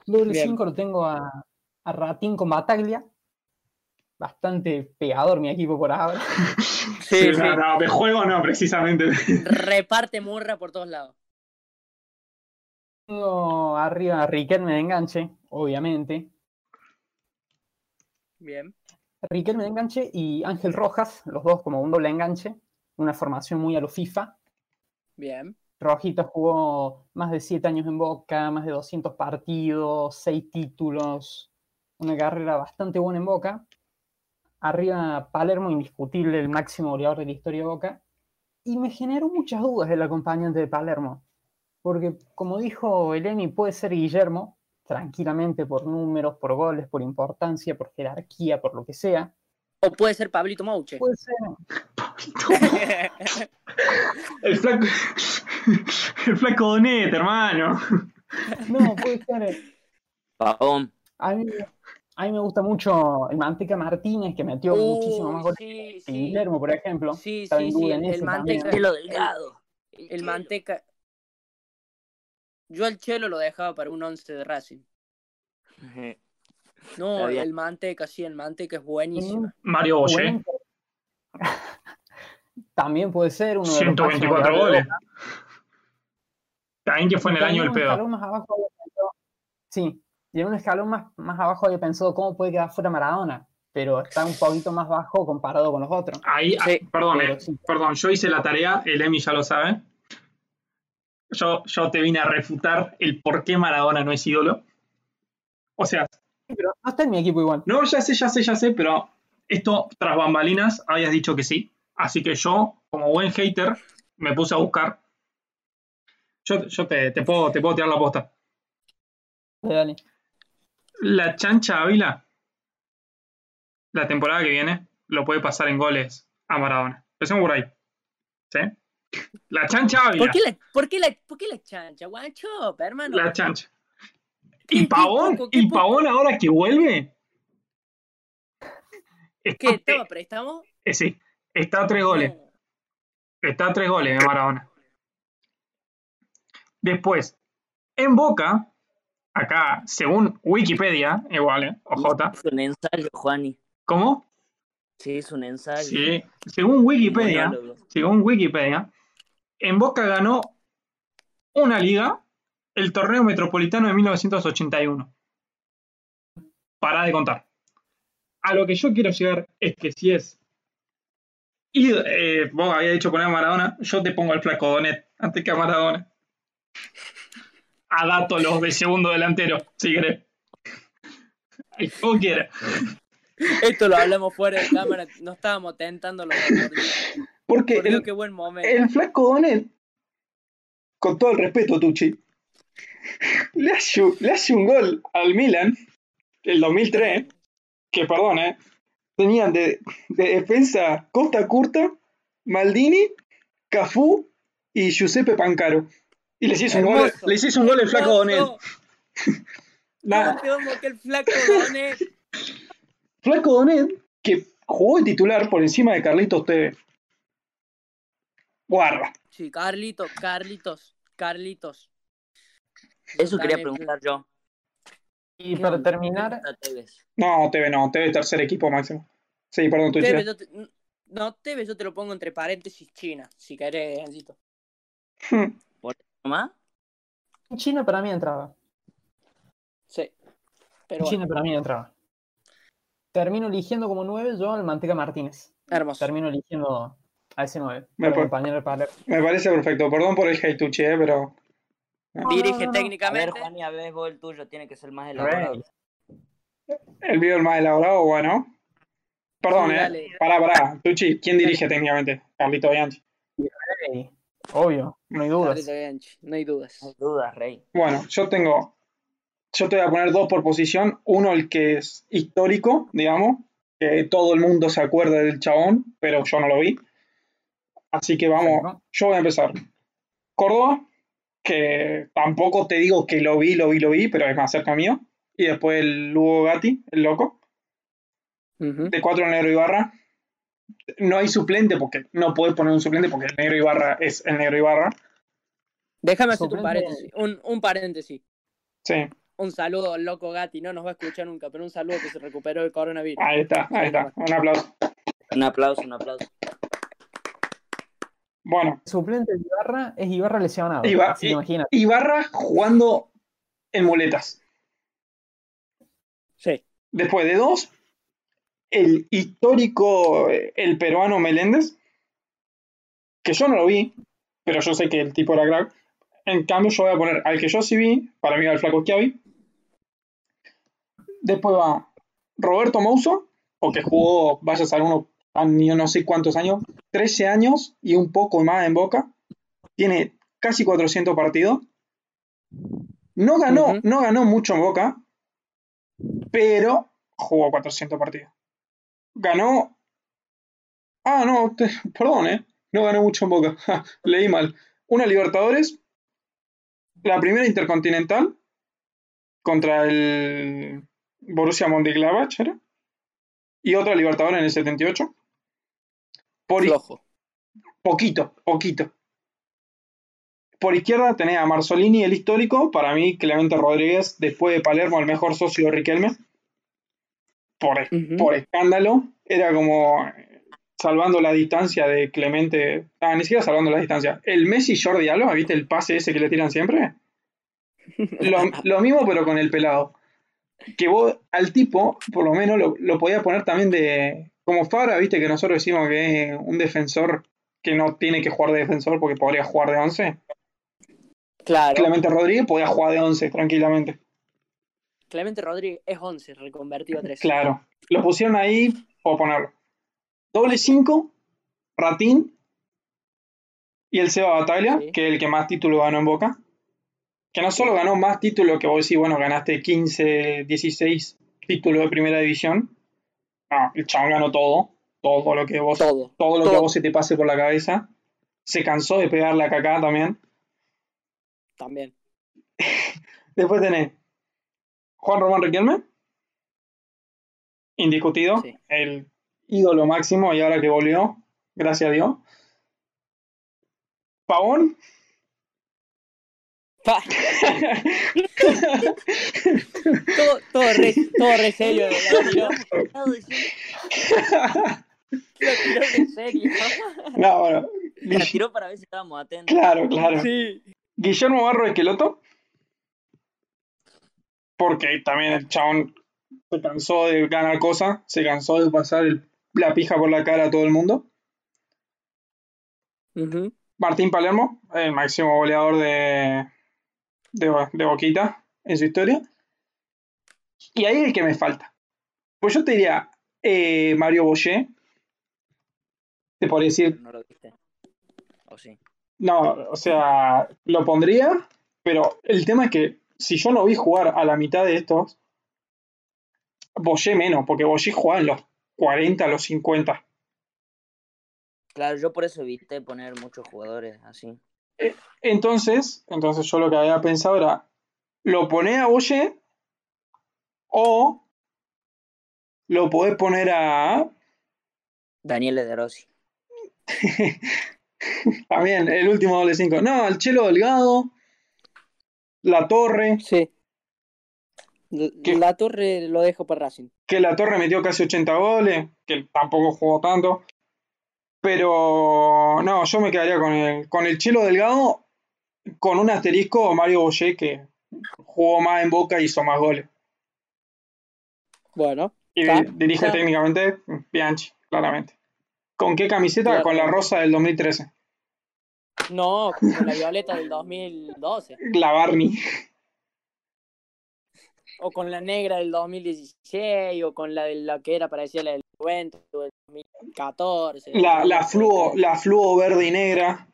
Speaker 4: Luego el
Speaker 1: Bien.
Speaker 4: 5 lo tengo a, a Ratín con Bataglia. Bastante pegador mi equipo por ahora.
Speaker 1: Sí,
Speaker 2: No, no, de juego no, precisamente.
Speaker 1: Reparte murra por todos lados.
Speaker 4: Tengo Oh, arriba a Riquelme de enganche, obviamente.
Speaker 1: Bien.
Speaker 4: Riquelme de enganche y Ángel Rojas, los dos como un doble enganche. Una formación muy a lo FIFA.
Speaker 1: Bien.
Speaker 4: Rojito jugó más de 7 años en Boca, más de 200 partidos, 6 títulos, una carrera bastante buena en Boca. Arriba Palermo, indiscutible, el máximo goleador de la historia de Boca. Y me generó muchas dudas el acompañante de Palermo, porque como dijo Eleni, puede ser Guillermo, tranquilamente por números, por goles, por importancia, por jerarquía, por lo que sea.
Speaker 1: O puede ser Pablito Mauche.
Speaker 4: Puede ser
Speaker 2: El flaco. El flaco Donet, hermano.
Speaker 4: no, puede ser
Speaker 3: Pavón.
Speaker 4: A mí, a mí me gusta mucho el Manteca Martínez, que metió
Speaker 1: Uh,
Speaker 4: muchísimo más goles
Speaker 1: sí,
Speaker 4: que
Speaker 1: sí.
Speaker 4: Guillermo, por ejemplo.
Speaker 1: Sí,
Speaker 4: Estaba
Speaker 1: sí,
Speaker 4: en
Speaker 1: sí.
Speaker 4: duda en
Speaker 1: El,
Speaker 4: ese
Speaker 1: el
Speaker 4: también.
Speaker 1: manteca.
Speaker 3: Chelo delgado.
Speaker 1: El, manteca. Yo al chelo lo dejaba para un 11 de Racing. No,
Speaker 3: Está bien.
Speaker 1: el manteca, sí, el manteca es
Speaker 4: En
Speaker 1: buenísimo.
Speaker 4: un
Speaker 2: Mario Boye.
Speaker 4: momento- También puede ser uno de los
Speaker 2: 124
Speaker 4: máximos
Speaker 2: goles. También que fue en el
Speaker 4: Y
Speaker 2: año del
Speaker 4: un
Speaker 2: pedo.
Speaker 4: escalón más abajo había pensado- sí, y en un escalón más, más abajo había pensado cómo puede quedar fuera Maradona, pero está un poquito más bajo comparado con los otros.
Speaker 2: Ahí,
Speaker 1: Sí,
Speaker 2: ah, perdón,
Speaker 4: pero
Speaker 2: eh,
Speaker 4: sí.
Speaker 2: perdón, yo hice la tarea, el Emi ya lo sabe. Yo, yo te vine a refutar el por qué Maradona no es ídolo. O sea,
Speaker 4: Pero no está en mi equipo igual.
Speaker 2: no, ya sé, ya sé, ya sé, pero esto tras bambalinas habías dicho que sí. Así que yo, como buen hater, me puse a buscar. Yo, yo te, te puedo, te puedo tirar la posta.
Speaker 4: Dale.
Speaker 2: La chancha Ávila, la temporada que viene, lo puede pasar en goles a Maradona. Empecemos por ahí. ¿Sí? La chancha Ávila.
Speaker 1: ¿Por qué, la, por, qué la, por qué la chancha, guacho, hermano?
Speaker 2: La chancha.
Speaker 1: Qué-
Speaker 2: Y
Speaker 1: qué
Speaker 2: Pavón,
Speaker 1: poco, qué
Speaker 2: y
Speaker 1: poco.
Speaker 2: Pavón ahora que vuelve. Está,
Speaker 1: ¿Qué? ¿Estaba préstamo?
Speaker 2: eh, sí, está a tres goles.
Speaker 1: No.
Speaker 2: Está a tres goles de Maradona. Después, en Boca, acá, según Wikipedia, igual, eh, OJ,
Speaker 3: Se hizo un ensayo, Juani.
Speaker 2: ¿cómo?
Speaker 3: Se hizo un ensayo.
Speaker 2: Sí, según Wikipedia.
Speaker 3: Monólogo.
Speaker 2: según Wikipedia, en Boca ganó una liga, el torneo metropolitano de 1981. Para de contar. A lo que yo quiero llegar es que si es. Y eh, vos habías dicho poner a Maradona, yo te pongo al flaco Donet antes que a Maradona. A dato los de segundo delantero, si querés. El que vos quieras.
Speaker 1: Esto lo hablamos fuera de cámara. No estábamos tentando los acordes.
Speaker 2: Porque
Speaker 1: Por Dios, qué buen momento.
Speaker 2: El flaco Donet, con todo el respeto, Tucci, le hace, le hace un gol al Milan, el 2003, que perdón, ¿eh? tenían de, de defensa Costa Curta, Maldini, Cafú y Giuseppe Pancaro. Y les hizo un gol,
Speaker 1: Hermoso.
Speaker 2: les hizo un gol el flaco Donet.
Speaker 1: Hermoso.
Speaker 2: Nada,
Speaker 1: ¿Cómo te vamos que el flaco Donet?
Speaker 2: Flaco Donet, que jugó de titular por encima de Carlitos Tevez. Guarda.
Speaker 1: Sí, Carlitos, Carlitos, Carlitos.
Speaker 3: Eso
Speaker 1: Dale,
Speaker 3: quería preguntar yo.
Speaker 4: Y
Speaker 3: ¿Qué
Speaker 4: para
Speaker 3: onda?
Speaker 4: terminar,
Speaker 3: ¿Cómo está Tevez?
Speaker 2: No, Tevez no, Tevez tercer equipo máximo. Sí, perdón, eh. Tucci.
Speaker 1: Tevez, yo te- no, Tevez yo te lo pongo entre paréntesis China, si querés, Jancito.
Speaker 3: ¿Nomás?
Speaker 4: en China para mí entraba.
Speaker 1: Sí. Pero
Speaker 4: China
Speaker 1: bueno,
Speaker 4: para mí no entraba. Termino eligiendo como 9 yo al Manteca Martínez.
Speaker 1: hermoso.
Speaker 4: Termino eligiendo a ese 9.
Speaker 2: Me
Speaker 4: Para
Speaker 2: par-
Speaker 4: acompañar al Palermo.
Speaker 2: Me parece perfecto. Perdón por el hate, Tucci, eh, pero.
Speaker 1: Dirige
Speaker 4: No, no, no.
Speaker 3: A ver,
Speaker 1: técnicamente.
Speaker 3: Juani, a ver vos el tuyo. Tiene que ser más elaborado.
Speaker 4: Rey.
Speaker 2: El video el más elaborado, bueno. Perdón,
Speaker 1: Sí,
Speaker 2: eh.
Speaker 1: dale.
Speaker 2: Pará, pará. Tucci, ¿quién dirige técnicamente? Carlito Bianchi.
Speaker 4: Ey, obvio, no hay dudas.
Speaker 1: Carlito Bianchi, no hay dudas.
Speaker 3: No hay dudas, Rey.
Speaker 2: Bueno, yo tengo. Yo te voy a poner dos por posición. Uno, el que es histórico, digamos. Que todo el mundo se acuerda del chabón, pero yo no lo vi. Así que vamos.
Speaker 4: Claro.
Speaker 2: Yo voy a empezar. Córdoba, que tampoco te digo que lo vi, lo vi, lo vi, pero es más cerca mío. Y después el Hugo Gatti, el loco.
Speaker 1: Ujú.
Speaker 2: de 4 negro Ibarra. No hay suplente porque no puedes poner un suplente porque el negro Ibarra es el negro Ibarra.
Speaker 1: Déjame hacer un
Speaker 4: Suplente-
Speaker 1: paréntesis. Un, un paréntesis.
Speaker 2: Sí,
Speaker 1: Un saludo al loco Gatti. No nos va a escuchar nunca, pero un saludo que se recuperó del coronavirus.
Speaker 2: ahí está, ahí está. Un aplauso.
Speaker 3: Un aplauso, un aplauso.
Speaker 2: Bueno,
Speaker 4: El suplente de Ibarra es Ibarra lesionado.
Speaker 2: Iba-
Speaker 4: así
Speaker 2: i-
Speaker 4: que imagínate.
Speaker 2: Ibarra jugando en muletas.
Speaker 1: Sí.
Speaker 2: Después de dos, el histórico, eh, el peruano Meléndez, que yo no lo vi, pero yo sé que el tipo era crack. En cambio, yo voy a poner al que yo sí vi, para mí va el flaco Chiavi. Después va Roberto Mouso, porque jugó, vaya a saber uno, a mí no sé cuántos años, 13 años y un poco más en Boca. Tiene casi 400 partidos. No ganó,
Speaker 1: Ujú.
Speaker 2: no ganó mucho en Boca, pero jugó 400 partidos. Ganó. Ah, no, te- perdón, ¿eh? No ganó mucho en Boca. Ja, Leí mal. Una Libertadores, la primera Intercontinental contra el Borussia Mönchengladbach, ¿era? Y otra Libertadores en el 78. Por, i-
Speaker 1: Flojo.
Speaker 2: Poquito, poquito. Por izquierda tenés a Marzolini, el histórico. Para mí, Clemente Rodríguez, después de Palermo, el mejor socio de Riquelme. Por, es-
Speaker 1: Ujú.
Speaker 2: por escándalo. Era como eh, salvando la distancia de Clemente. Ah, ni siquiera salvando la distancia. El Messi Jordi Alba, ¿viste el pase ese que le tiran siempre? Lo, lo mismo, pero con el pelado. Que vos al tipo, por lo menos, lo, lo podías poner también de. Como Fabra, viste que nosotros decimos que es un defensor que no tiene que jugar de defensor porque podría jugar de 11.
Speaker 1: Claro. Clemente.
Speaker 2: Clemente Rodríguez podía jugar de 11 tranquilamente.
Speaker 1: Rodríguez es 11, reconvertido a 3.
Speaker 2: Claro. Lo pusieron ahí por ponerlo. Doble 5, Ratín y el Seba Bataglia,
Speaker 1: Sí.
Speaker 2: que es el que más títulos ganó en Boca. Que no solo ganó más títulos que vos decís, bueno, ganaste 15, 16 títulos de primera división. No, el chabón ganó todo. Todo lo que vos
Speaker 1: Todo.
Speaker 2: todo lo que a
Speaker 1: Todo.
Speaker 2: vos se te pase por la cabeza. Se cansó de pegar la caca también.
Speaker 1: También.
Speaker 2: Después tenés Juan Román Riquelme, indiscutido,
Speaker 1: Sí.
Speaker 2: el ídolo máximo y ahora que volvió, gracias a Dios. Pavón,
Speaker 1: Pa- todo, todo, re, todo re serio. Lo tiró, lo tiró re serio.
Speaker 2: no, bueno,
Speaker 3: La
Speaker 2: Guill-
Speaker 3: tiró para ver si estábamos atentos.
Speaker 2: claro, claro.
Speaker 1: Sí.
Speaker 2: Guillermo Barro Esqueloto, porque también el chabón se cansó de ganar cosas, se cansó de pasar el- la pija por la cara a todo el mundo.
Speaker 1: Ujú.
Speaker 2: Martín Palermo, el máximo goleador de, de, Bo- de Boquita en su historia. Y ahí es el que me falta. Pues yo te diría eh, Mario Boyer. Te podría decir,
Speaker 3: No lo viste. ¿O sí?
Speaker 2: no, o sea, lo pondría, pero el tema es que si yo no vi jugar a la mitad de estos, Boyer menos, porque Boyer jugaba en los 40, los 50.
Speaker 3: Claro, yo por eso evité poner muchos jugadores así.
Speaker 2: Entonces, entonces yo lo que había pensado era, lo ponés a Boye o lo podés poner a...
Speaker 3: Daniel De Rossi.
Speaker 2: También, el último doble 5. No, al Chelo Delgado, La Torre,
Speaker 1: Sí.
Speaker 2: ¿Qué?
Speaker 1: La torre lo dejo para Racing.
Speaker 2: que La Torre metió casi 80 goles, que tampoco jugó tanto. Pero no, yo me quedaría con el, con el Chelo Delgado, con un asterisco Mario Boye que jugó más en Boca y hizo más goles.
Speaker 1: Bueno,
Speaker 2: Y
Speaker 1: Está,
Speaker 2: di- dirige
Speaker 1: está.
Speaker 2: técnicamente Bianchi, claramente. ¿Con qué camiseta?
Speaker 1: Claro.
Speaker 2: Con la rosa del 2013.
Speaker 1: no, con la violeta del 2012
Speaker 2: La Barney.
Speaker 1: o con la negra del 2016 o con la de la que era parecía la del Juventus del 2014.
Speaker 2: La, la, fluo, la fluo verde y negra.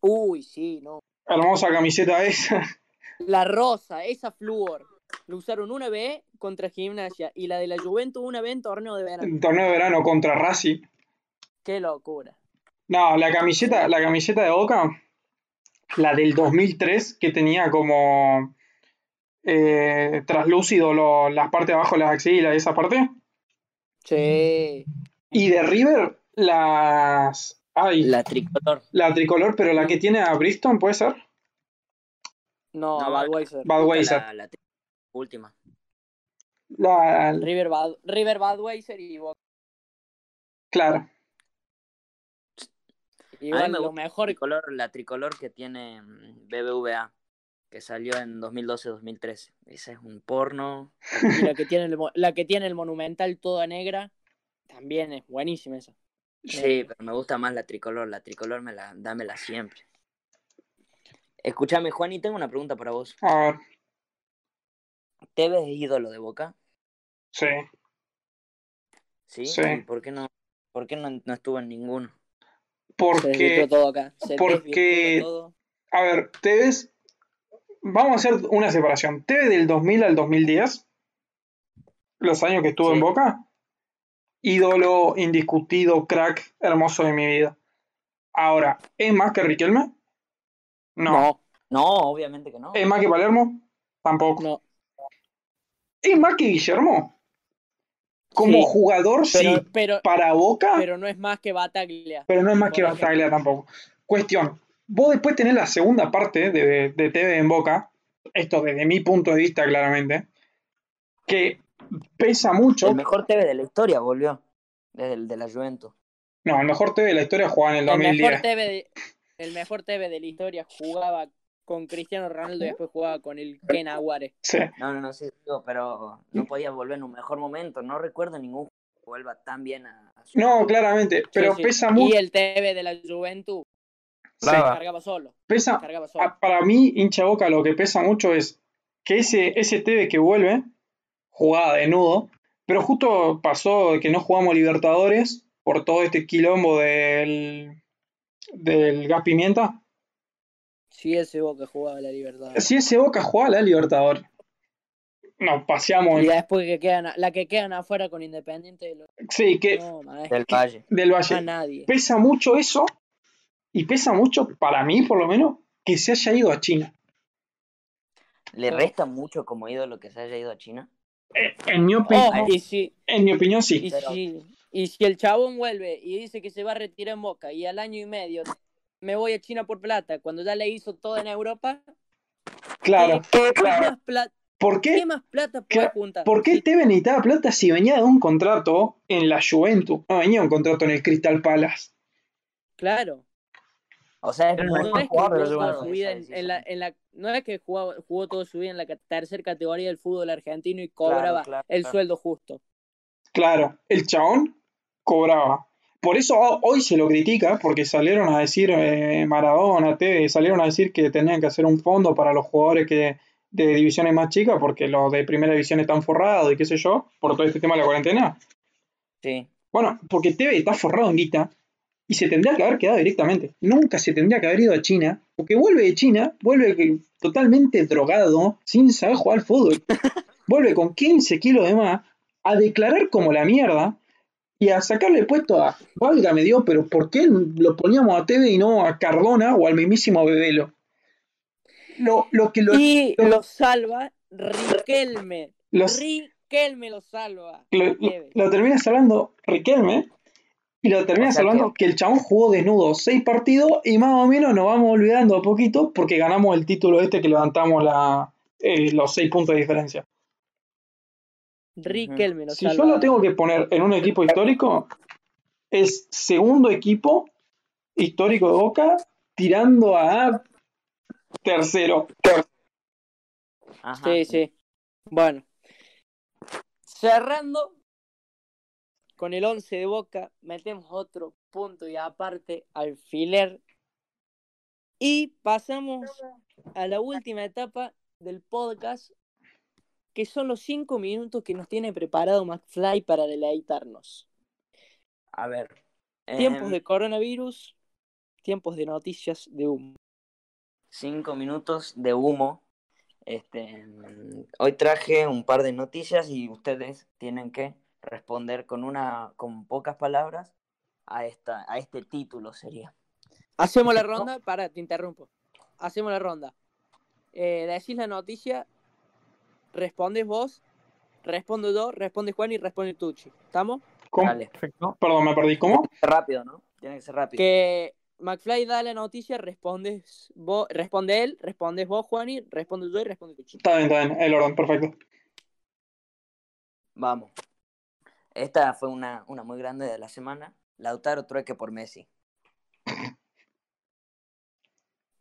Speaker 1: Uy, sí, no.
Speaker 2: Hermosa camiseta esa.
Speaker 1: La rosa, esa flúor. Lo usaron una vez contra Gimnasia y la de la Juventus una vez en torneo de verano.
Speaker 2: El torneo de verano contra Racing.
Speaker 1: Qué locura.
Speaker 2: No, la camiseta, la camiseta de Boca, la del 2003, que tenía como eh, traslúcido lo- las partes de abajo de las axilas, esa parte.
Speaker 1: Sí.
Speaker 2: Y de River, las. Ay,
Speaker 3: La tricolor.
Speaker 2: la tricolor, pero la que tiene a Bristol, ¿puede ser?
Speaker 1: No,
Speaker 3: No,
Speaker 1: Budweiser.
Speaker 2: Budweiser.
Speaker 3: La, la te- última.
Speaker 2: La- la-
Speaker 1: River, Bad, River Budweiser y Boca.
Speaker 2: claro.
Speaker 1: Igual,
Speaker 3: me
Speaker 1: lo
Speaker 3: gusta.
Speaker 1: mejor
Speaker 3: Tricolor- la tricolor que tiene mm, BBVA, que salió en 2012-2013. Ese es un porno.
Speaker 1: y la que tiene el, mo- la que tiene el monumental toda negra también es buenísima esa.
Speaker 3: Sí, pero me gusta más la tricolor. La tricolor, me la, dámela siempre. Escúchame, Juan, y tengo una pregunta para vos.
Speaker 2: A ver,
Speaker 3: ¿Tevez es ídolo de Boca?
Speaker 2: sí.
Speaker 3: ¿Sí?
Speaker 2: Sí.
Speaker 3: ¿Y ¿Por qué no, por qué no, no estuvo en ninguno?
Speaker 1: Se
Speaker 2: Porque,
Speaker 1: desvirtuó todo acá. Se
Speaker 2: porque-
Speaker 1: desvirtuó todo.
Speaker 2: a ver, Tevez, vamos a hacer una separación. Tevez del 2000 al 2010, los años que estuvo
Speaker 3: Sí.
Speaker 2: en Boca, ídolo, indiscutido, crack, hermoso de mi vida. Ahora, ¿es más que Riquelme? No.
Speaker 3: No, obviamente que no.
Speaker 2: ¿Es más que Palermo? Tampoco.
Speaker 1: No.
Speaker 2: ¿Es más que Guillermo? Como
Speaker 1: Sí,
Speaker 2: jugador,
Speaker 1: Pero,
Speaker 2: sí.
Speaker 1: pero,
Speaker 2: Para Boca,
Speaker 1: pero no es más que Bataglia.
Speaker 2: pero no es más
Speaker 1: Por
Speaker 2: que
Speaker 1: ejemplo.
Speaker 2: Bataglia tampoco. Cuestión, vos después tenés la segunda parte de, de TV en Boca, esto desde mi punto de vista claramente, que pesa mucho.
Speaker 3: El mejor Tevez de la historia volvió. Desde el de la Juventus.
Speaker 2: No, el mejor TV de la historia jugaba en el
Speaker 1: El mejor,
Speaker 2: 2010.
Speaker 1: TV de, el mejor TV de la historia jugaba con Cristiano Ronaldo y después jugaba con el Ken Aguare.
Speaker 2: Sí.
Speaker 3: No, no, no, sí, digo, pero no podía volver en un mejor momento. No recuerdo ningún jugador que vuelva tan bien a, a su.
Speaker 2: No, claramente, pero
Speaker 1: Sí, sí.
Speaker 2: pesa mucho.
Speaker 1: Y el TV de la Juventud
Speaker 5: Brava.
Speaker 1: cargaba solo.
Speaker 2: pesa,
Speaker 1: Cargaba solo.
Speaker 2: a- Ah, para mí, hincha boca, lo que pesa mucho es que ese, ese Tevez que vuelve, jugada de nudo, pero justo pasó que no jugamos Libertadores por todo este quilombo del, del gas pimienta.
Speaker 1: Sí, ese Boca jugaba la libertad.
Speaker 2: Si ese Boca jugaba la Libertadores, nos paseamos.
Speaker 1: Y
Speaker 2: en-
Speaker 1: la después que quedan, la que quedan afuera con Independiente lo-
Speaker 2: sí, que
Speaker 1: no, maestro,
Speaker 3: Del Valle.
Speaker 2: del
Speaker 1: a
Speaker 2: Valle.
Speaker 1: nadie.
Speaker 2: Pesa mucho eso, y pesa mucho, para mí por lo menos, que se haya ido a China.
Speaker 3: ¿Le resta mucho como ídolo que se haya ido a China?
Speaker 2: Eh, En mi, opi-
Speaker 1: Oh, y si,
Speaker 2: en mi opinión, sí.
Speaker 1: y si, y si el chabón vuelve y dice que se va a retirar en Boca y al año y medio me voy a China por plata cuando ya le hizo todo en Europa,
Speaker 2: Claro.
Speaker 1: ¿qué, más, plata,
Speaker 2: ¿Por qué?
Speaker 1: ¿qué más plata puede juntar?
Speaker 2: ¿Por qué
Speaker 1: Sí,
Speaker 2: Tevez necesitaba plata si venía de un contrato en la Juventus? No venía de un contrato en el Crystal Palace.
Speaker 1: claro.
Speaker 3: O sea, es
Speaker 4: Pero
Speaker 3: muy
Speaker 1: No es que
Speaker 4: jugador de la
Speaker 1: jugó toda
Speaker 4: Juventus.
Speaker 1: su vida en, en la, en la- no es que jugó, jugó toda su vida en la ca- tercer categoría del fútbol argentino y cobraba
Speaker 3: claro,
Speaker 1: el
Speaker 3: claro.
Speaker 1: sueldo justo.
Speaker 2: Claro, el chabón cobraba. Por eso ho- hoy se lo critica, porque salieron a decir eh, Maradona, Tevez, salieron a decir que tenían que hacer un fondo para los jugadores que de divisiones más chicas, porque los de primera división están forrados y qué sé yo, por todo este tema de la cuarentena.
Speaker 3: Sí.
Speaker 2: Bueno, porque Tevez está forrado en guita y se tendría que haber quedado directamente. Nunca se tendría que haber ido a China, porque vuelve de China, vuelve que- totalmente drogado, sin saber jugar al fútbol. vuelve con 15 kilos de más a declarar como la mierda y a sacarle puesto a, válgame Dios, pero ¿por qué lo poníamos a Tevez y no a Cardona o al mismísimo Bebelo? Lo, lo que lo,
Speaker 1: y
Speaker 2: lo-
Speaker 1: lo salva Riquelme.
Speaker 2: los-
Speaker 1: Riquelme lo salva.
Speaker 2: lo,
Speaker 1: Tevez.
Speaker 2: lo terminas hablando Riquelme y lo terminas
Speaker 3: O sea que-
Speaker 2: hablando que... el chabón jugó desnudo seis partidos y más o menos nos vamos olvidando a poquito porque ganamos el título este que levantamos la, eh, los seis puntos de diferencia.
Speaker 1: Riquelme lo
Speaker 2: Si
Speaker 1: salva.
Speaker 2: yo lo tengo que poner en un equipo histórico, es segundo equipo histórico de Boca tirando a tercero.
Speaker 3: Ajá.
Speaker 1: Sí, sí. Bueno. Cerrando con el 11 de Boca, metemos otro punto y aparte alfiler. Y pasamos a la última etapa del podcast, que son los cinco minutos que nos tiene preparado McFly para deleitarnos.
Speaker 3: A ver.
Speaker 1: Tiempos
Speaker 3: em,
Speaker 1: de coronavirus, tiempos de noticias de humo.
Speaker 3: cinco minutos de humo. Este, mm, hoy traje un par de noticias y ustedes tienen que responder con una, con pocas palabras a esta, a este título sería.
Speaker 1: Hacemos la ronda, para, te interrumpo. Hacemos la ronda. Eh, decís la noticia, respondes vos, respondo yo, responde Juan y responde Tucci. ¿Estamos?
Speaker 2: ¿Cómo?
Speaker 3: Dale.
Speaker 4: Perfecto.
Speaker 2: Perdón, me perdí. ¿Cómo?
Speaker 3: Rápido, ¿no? Tiene que ser rápido.
Speaker 1: Que McFly da la noticia, respondes vos, responde él, respondes vos, Juani, responde yo y responde tu chico.
Speaker 2: Está bien, está bien. El orden, perfecto.
Speaker 3: Vamos. Esta fue una, una muy grande de la semana. Lautaro trueque por Messi.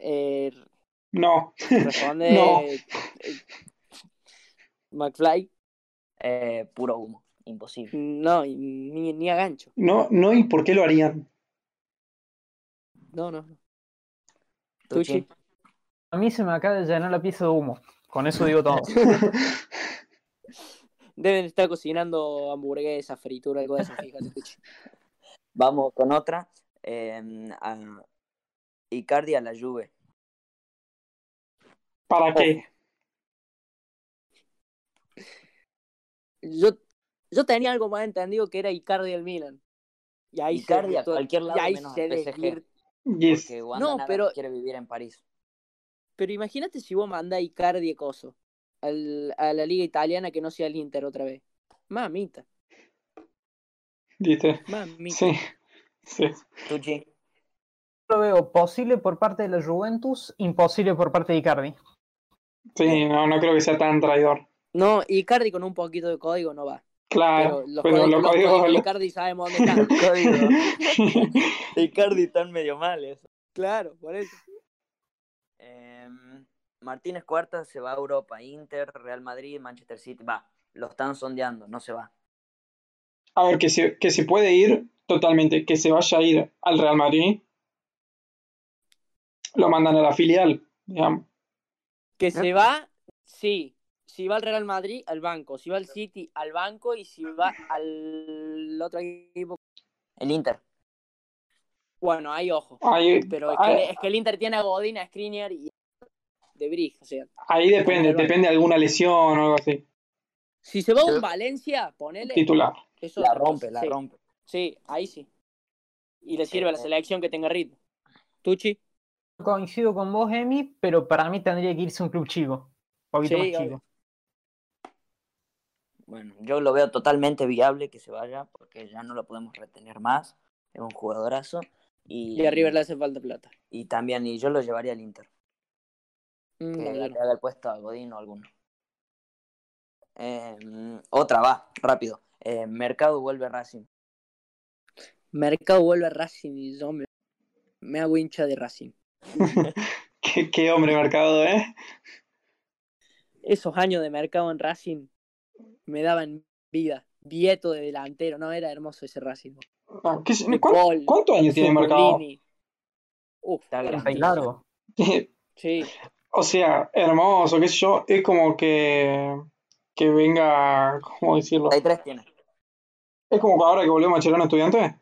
Speaker 1: Eh,
Speaker 2: No.
Speaker 1: responde
Speaker 2: No.
Speaker 1: eh, McFly.
Speaker 3: Eh, puro humo. Imposible.
Speaker 1: No, y ni, ni a gancho.
Speaker 2: No, no, ¿y por qué lo harían?
Speaker 1: No, no.
Speaker 3: Tucci.
Speaker 1: Tucci.
Speaker 4: A mí se me acaba de llenar la pieza de humo. Con eso digo todo.
Speaker 1: Deben estar cocinando hamburguesas, fritura, algo de eso, fíjate, Tucci.
Speaker 3: Vamos con otra. Eh, a- Icardi a la Juve.
Speaker 2: ¿Para qué?
Speaker 1: Yo, yo tenía algo más entendido que era Icardi del Milan. Y ahí se
Speaker 3: Icardi a
Speaker 1: desvirtuó-
Speaker 3: cualquier lado
Speaker 1: y ahí
Speaker 3: menos
Speaker 1: se
Speaker 3: al PSG.
Speaker 1: desvir-
Speaker 2: Yes.
Speaker 3: Porque Wanda
Speaker 1: No,
Speaker 3: Nara
Speaker 1: pero-
Speaker 3: quiere vivir en París.
Speaker 1: Pero imagínate si vos mandás a Icardi a Coso, al- a la liga italiana que no sea el Inter otra vez. Mamita,
Speaker 2: ¿Viste?
Speaker 1: mamita.
Speaker 2: Sí. Sí.
Speaker 3: Tucci.
Speaker 4: Lo veo posible por parte de la Juventus, imposible por parte de Icardi.
Speaker 2: Sí, no, no creo que sea tan traidor.
Speaker 1: No, Icardi con un poquito de código no va.
Speaker 2: Claro.
Speaker 1: Pero los
Speaker 2: Ah, pero
Speaker 1: códigos,
Speaker 2: lo
Speaker 1: los
Speaker 2: códigos-
Speaker 1: códigos de
Speaker 2: lo-
Speaker 1: Icardi sabemos dónde están.
Speaker 3: Icardi están medio mal eso.
Speaker 1: claro, por eso.
Speaker 3: Em, Martínez Cuarta se va a Europa, Inter, Real Madrid, Manchester City. Va, lo están sondeando, no se va.
Speaker 2: A ver, que se, que se puede ir totalmente, que se vaya a ir al Real Madrid, lo mandan a la filial, digamos.
Speaker 1: Que
Speaker 2: Ah.
Speaker 1: se va, sí. Si va al Real Madrid, al banco. Si va al City, al banco. Y si va al otro equipo.
Speaker 3: El Inter.
Speaker 1: Bueno, ahí ojo.
Speaker 2: Ahí,
Speaker 1: Pero es
Speaker 3: Ah,
Speaker 2: ahí,
Speaker 1: que,
Speaker 3: eh.
Speaker 1: es que el Inter tiene a Godín, a Skriniar y De Brij. O sea,
Speaker 2: ahí depende, depende de alguna lesión o algo así.
Speaker 1: si se va a un Valencia, ponele.
Speaker 2: Titular.
Speaker 1: eso
Speaker 3: La rompe, la
Speaker 1: sí,
Speaker 3: rompe.
Speaker 1: Sí, ahí sí. Y le sirve a la selección que tenga ritmo. Tucci.
Speaker 4: Coincido con vos, Emi, pero para mí tendría que irse a un club chico. Un poquito
Speaker 1: Sí,
Speaker 4: más
Speaker 1: obvio.
Speaker 4: chico.
Speaker 3: Bueno, yo lo veo totalmente viable que se vaya porque ya no lo podemos retener más. Es un jugadorazo. Y,
Speaker 1: Y a River le hace falta plata.
Speaker 3: y también, y yo lo llevaría al Inter.
Speaker 1: Mm,
Speaker 3: que le
Speaker 1: bueno.
Speaker 3: haga el puesto a Godín o alguno. Em, otra va, rápido. Em, mercado vuelve Racing.
Speaker 1: Mercado vuelve a Racing y yo me, me hago hincha de Racing.
Speaker 2: Qué, qué hombre mercado, ¿eh?
Speaker 1: Esos años de mercado en Racing me daban vida. Vieto de delantero, no, era hermoso ese Racing.
Speaker 2: No, Ah, ¿qué sé-
Speaker 1: De
Speaker 2: ¿cuán-
Speaker 1: Paul,
Speaker 2: ¿Cuántos años tiene mercado?
Speaker 1: Zuculini. Uf,
Speaker 3: Está
Speaker 1: gran-
Speaker 4: Treinta y largo.
Speaker 1: Sí,
Speaker 2: O sea, hermoso, qué sé yo, es como que, que venga, ¿cómo decirlo?
Speaker 3: 33 tiene.
Speaker 2: Es como que ahora que volvió Macherano estudiante.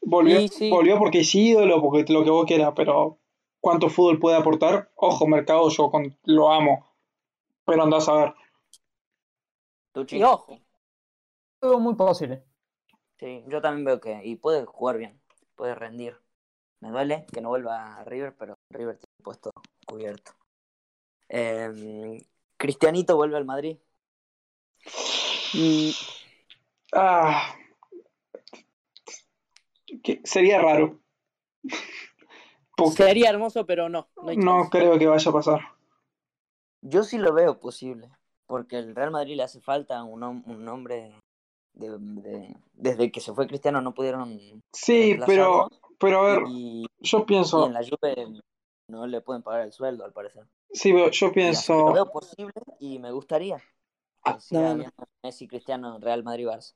Speaker 2: Volvió,
Speaker 1: Y sí.
Speaker 2: volvió porque es ídolo, porque lo que vos quieras, pero cuánto fútbol puede aportar. Ojo, mercado, yo con- lo amo. Pero andás a ver.
Speaker 3: Tucci.
Speaker 1: y ojo,
Speaker 4: Lo veo muy posible.
Speaker 3: Sí, yo también veo que. Y puede jugar bien, puede rendir. Me duele que no vuelva a River, pero River tiene el puesto cubierto. Em, Cristianito vuelve al Madrid.
Speaker 1: mm,
Speaker 2: Ah, que sería raro. Porque
Speaker 1: sería hermoso, pero no. No, hay
Speaker 2: no
Speaker 1: chance.
Speaker 2: creo que vaya a pasar.
Speaker 3: Yo sí lo veo posible, porque el Real Madrid le hace falta un, hom- un hombre. de- de- desde que se fue Cristiano no pudieron.
Speaker 2: Sí, pero,
Speaker 3: reemplazarlo.
Speaker 2: pero a ver,
Speaker 3: Y,
Speaker 2: yo
Speaker 3: y
Speaker 2: pienso,
Speaker 3: en la Juve no le pueden pagar el sueldo, al parecer.
Speaker 2: sí, pero yo
Speaker 3: Y así que Lo
Speaker 2: pienso,
Speaker 3: veo posible y me gustaría.
Speaker 2: Ah,
Speaker 3: Que siga
Speaker 1: no, no.
Speaker 3: habiendo Messi, Cristiano, Real Madrid, Barça.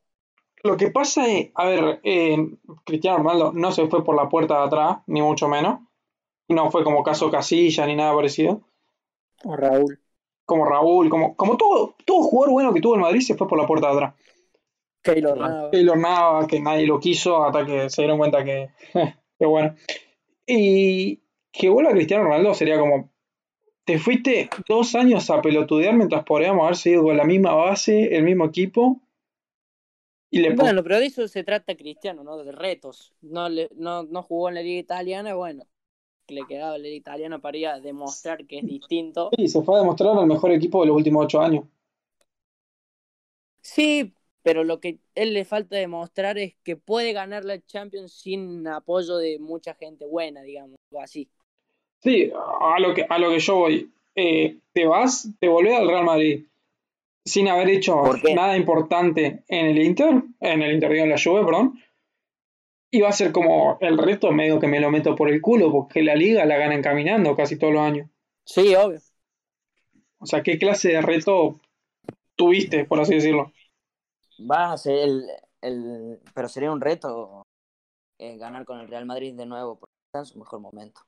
Speaker 2: Lo que pasa es, a ver, eh, Cristiano Ronaldo no se fue por la puerta de atrás, ni mucho menos. No fue como caso Casilla ni nada parecido.
Speaker 1: O Raúl.
Speaker 2: Como Raúl, como, como todo, todo jugador bueno que tuvo el Madrid se fue por la puerta de atrás.
Speaker 1: Keylor Navas.
Speaker 2: Keylor Navas, que nadie lo quiso, hasta que se dieron cuenta que, que bueno. Y que vuelva Cristiano Ronaldo sería como, te fuiste dos años a pelotudear mientras podríamos haber seguido con la misma base, el mismo equipo. Y le
Speaker 1: Bueno, pero de eso se trata Cristiano, ¿no? De retos. No, le- no, no jugó en la liga italiana, bueno, que le quedaba la liga italiana para ir a demostrar que es distinto.
Speaker 2: Sí, se fue a demostrar al mejor equipo de los últimos ocho años.
Speaker 1: Sí, pero lo que él le falta demostrar es que puede ganar la Champions sin apoyo de mucha gente buena, digamos, o así.
Speaker 2: Sí, a lo que, a lo que yo voy. Eh, te vas, te volvés al Real Madrid sin haber hecho
Speaker 3: ¿Por qué?
Speaker 2: nada importante en el Inter, en el Inter digo, en la Juve, perdón. Y va a ser como el resto medio que me lo meto por el culo, porque la liga la ganan caminando casi todos los años.
Speaker 1: Sí, obvio.
Speaker 2: O sea, ¿qué clase de reto tuviste, por así decirlo?
Speaker 3: Va a ser el, el- Pero sería un reto eh, ganar con el Real Madrid de nuevo, porque está en su mejor momento.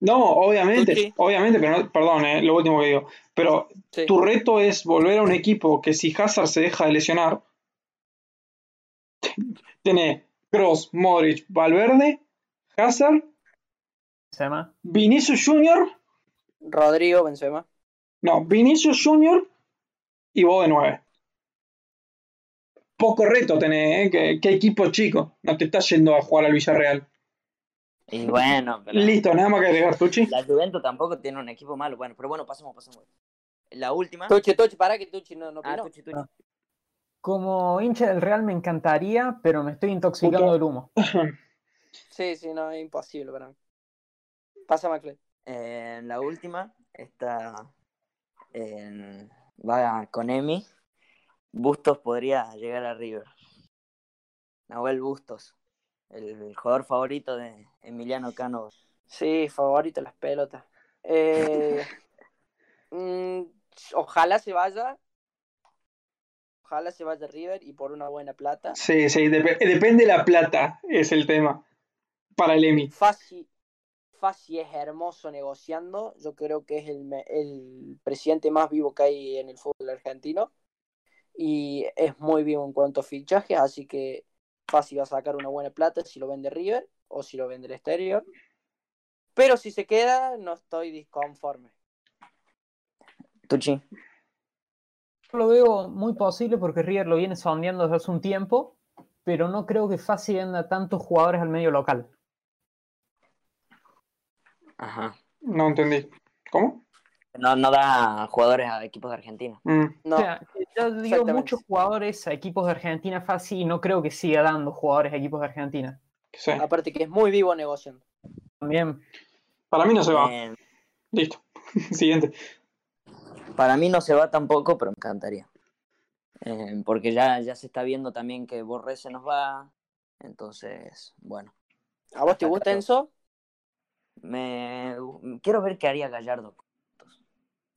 Speaker 2: No, obviamente,
Speaker 1: Tucci.
Speaker 2: obviamente, pero no- perdón, eh, lo último que digo. Pero
Speaker 1: Sí.
Speaker 2: tu reto es volver a un equipo que si Hazard se deja de lesionar, tiene Cross, Modric, Valverde, Hazard,
Speaker 4: Se llama.
Speaker 2: Vinicius Junior,
Speaker 1: Rodrigo Benzema.
Speaker 2: no, Vinicius Junior y vos de 9. Poco reto tenés, ¿eh? ¿Qué, qué equipo chico. No te estás yendo a jugar al Villarreal.
Speaker 3: Y bueno, pero
Speaker 2: Listo, nada más que agregar, Tucci.
Speaker 3: la Juventus tampoco tiene un equipo malo. Bueno, pero bueno, pasemos, pasemos. La última.
Speaker 1: Tuchi, Tuchi, pará que Tuchi no, no
Speaker 3: Ah,
Speaker 1: opinó.
Speaker 3: Tuchi, Tuchi.
Speaker 4: Como hincha del Real me encantaría, pero me estoy intoxicando
Speaker 2: Puto.
Speaker 4: del humo.
Speaker 1: Sí, sí, no, es imposible para mí. Pasa Maclay.
Speaker 3: Eh, la última está. en- va con Emi. Bustos podría llegar a River. Nahuel Bustos, el jugador favorito de Emiliano Cano.
Speaker 1: Sí, favorito las pelotas. Eh, mm, ojalá se vaya. Ojalá se vaya River y por una buena plata.
Speaker 2: Sí, sí, dep- depende la plata, es el tema. Para el Emi.
Speaker 1: Fassi, Fassi es hermoso negociando. Yo creo que es el, me- el presidente más vivo que hay en el fútbol argentino. Y es muy vivo en cuanto a fichajes, así que Fassi va a sacar una buena plata si lo vende River o si lo vende el exterior. Pero si se queda, no estoy disconforme.
Speaker 3: Tuchi.
Speaker 4: Yo Lo veo muy posible porque River lo viene sondeando desde hace un tiempo, pero no creo que Fassi venda tantos jugadores al medio local.
Speaker 3: Ajá.
Speaker 2: No entendí. ¿Cómo?
Speaker 3: No, no da jugadores a equipos de Argentina.
Speaker 2: Mm.
Speaker 1: No,
Speaker 4: O sea, yo digo
Speaker 1: exactamente.
Speaker 4: muchos jugadores a equipos de Argentina Fassi y no creo que siga dando jugadores a equipos de Argentina.
Speaker 2: Sí.
Speaker 1: aparte que es muy vivo negociando.
Speaker 4: También
Speaker 2: Para mí no se va.
Speaker 3: Eh,
Speaker 2: Listo. Siguiente.
Speaker 3: para mí no se va tampoco, pero me encantaría. Eh, porque ya, ya se está viendo también que Borré se nos va. Entonces, bueno.
Speaker 1: ¿A vos te
Speaker 3: Acá
Speaker 1: gusta
Speaker 3: todo.
Speaker 1: Enzo?
Speaker 3: Me quiero ver qué haría Gallardo. con estos.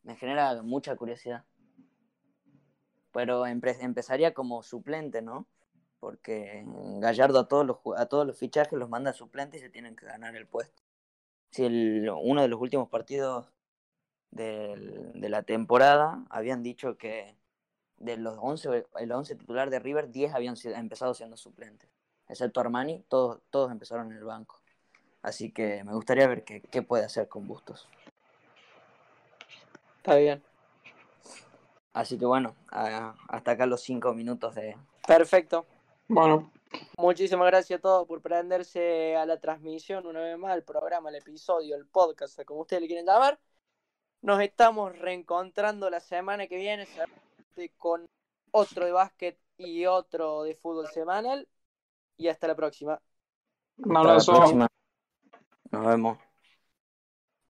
Speaker 3: Me genera mucha curiosidad. Pero empe- empezaría como suplente, ¿no? Porque Gallardo a todos los ju- a todos los fichajes los manda suplente y se tienen que ganar el puesto. Si el- uno de los últimos partidos del- de la temporada habían dicho que de los 11, o- el 11 titular de River, 10 habían sido- empezado siendo suplentes. Excepto Armani, todos, todos empezaron en el banco. Así que me gustaría ver qué, qué puede hacer con Bustos.
Speaker 1: Está bien.
Speaker 3: Así que bueno, a- hasta acá los cinco minutos de...
Speaker 1: Perfecto.
Speaker 2: Bueno,
Speaker 1: Muchísimas gracias a todos por prenderse a la transmisión una vez más, al programa, al episodio, al podcast, como ustedes le quieren llamar. Nos estamos reencontrando la semana que viene seguramente, con otro de básquet y otro de fútbol semanal. Y hasta la próxima.
Speaker 2: un
Speaker 3: Hasta la
Speaker 2: abrazo.
Speaker 3: próxima. Nos vemos.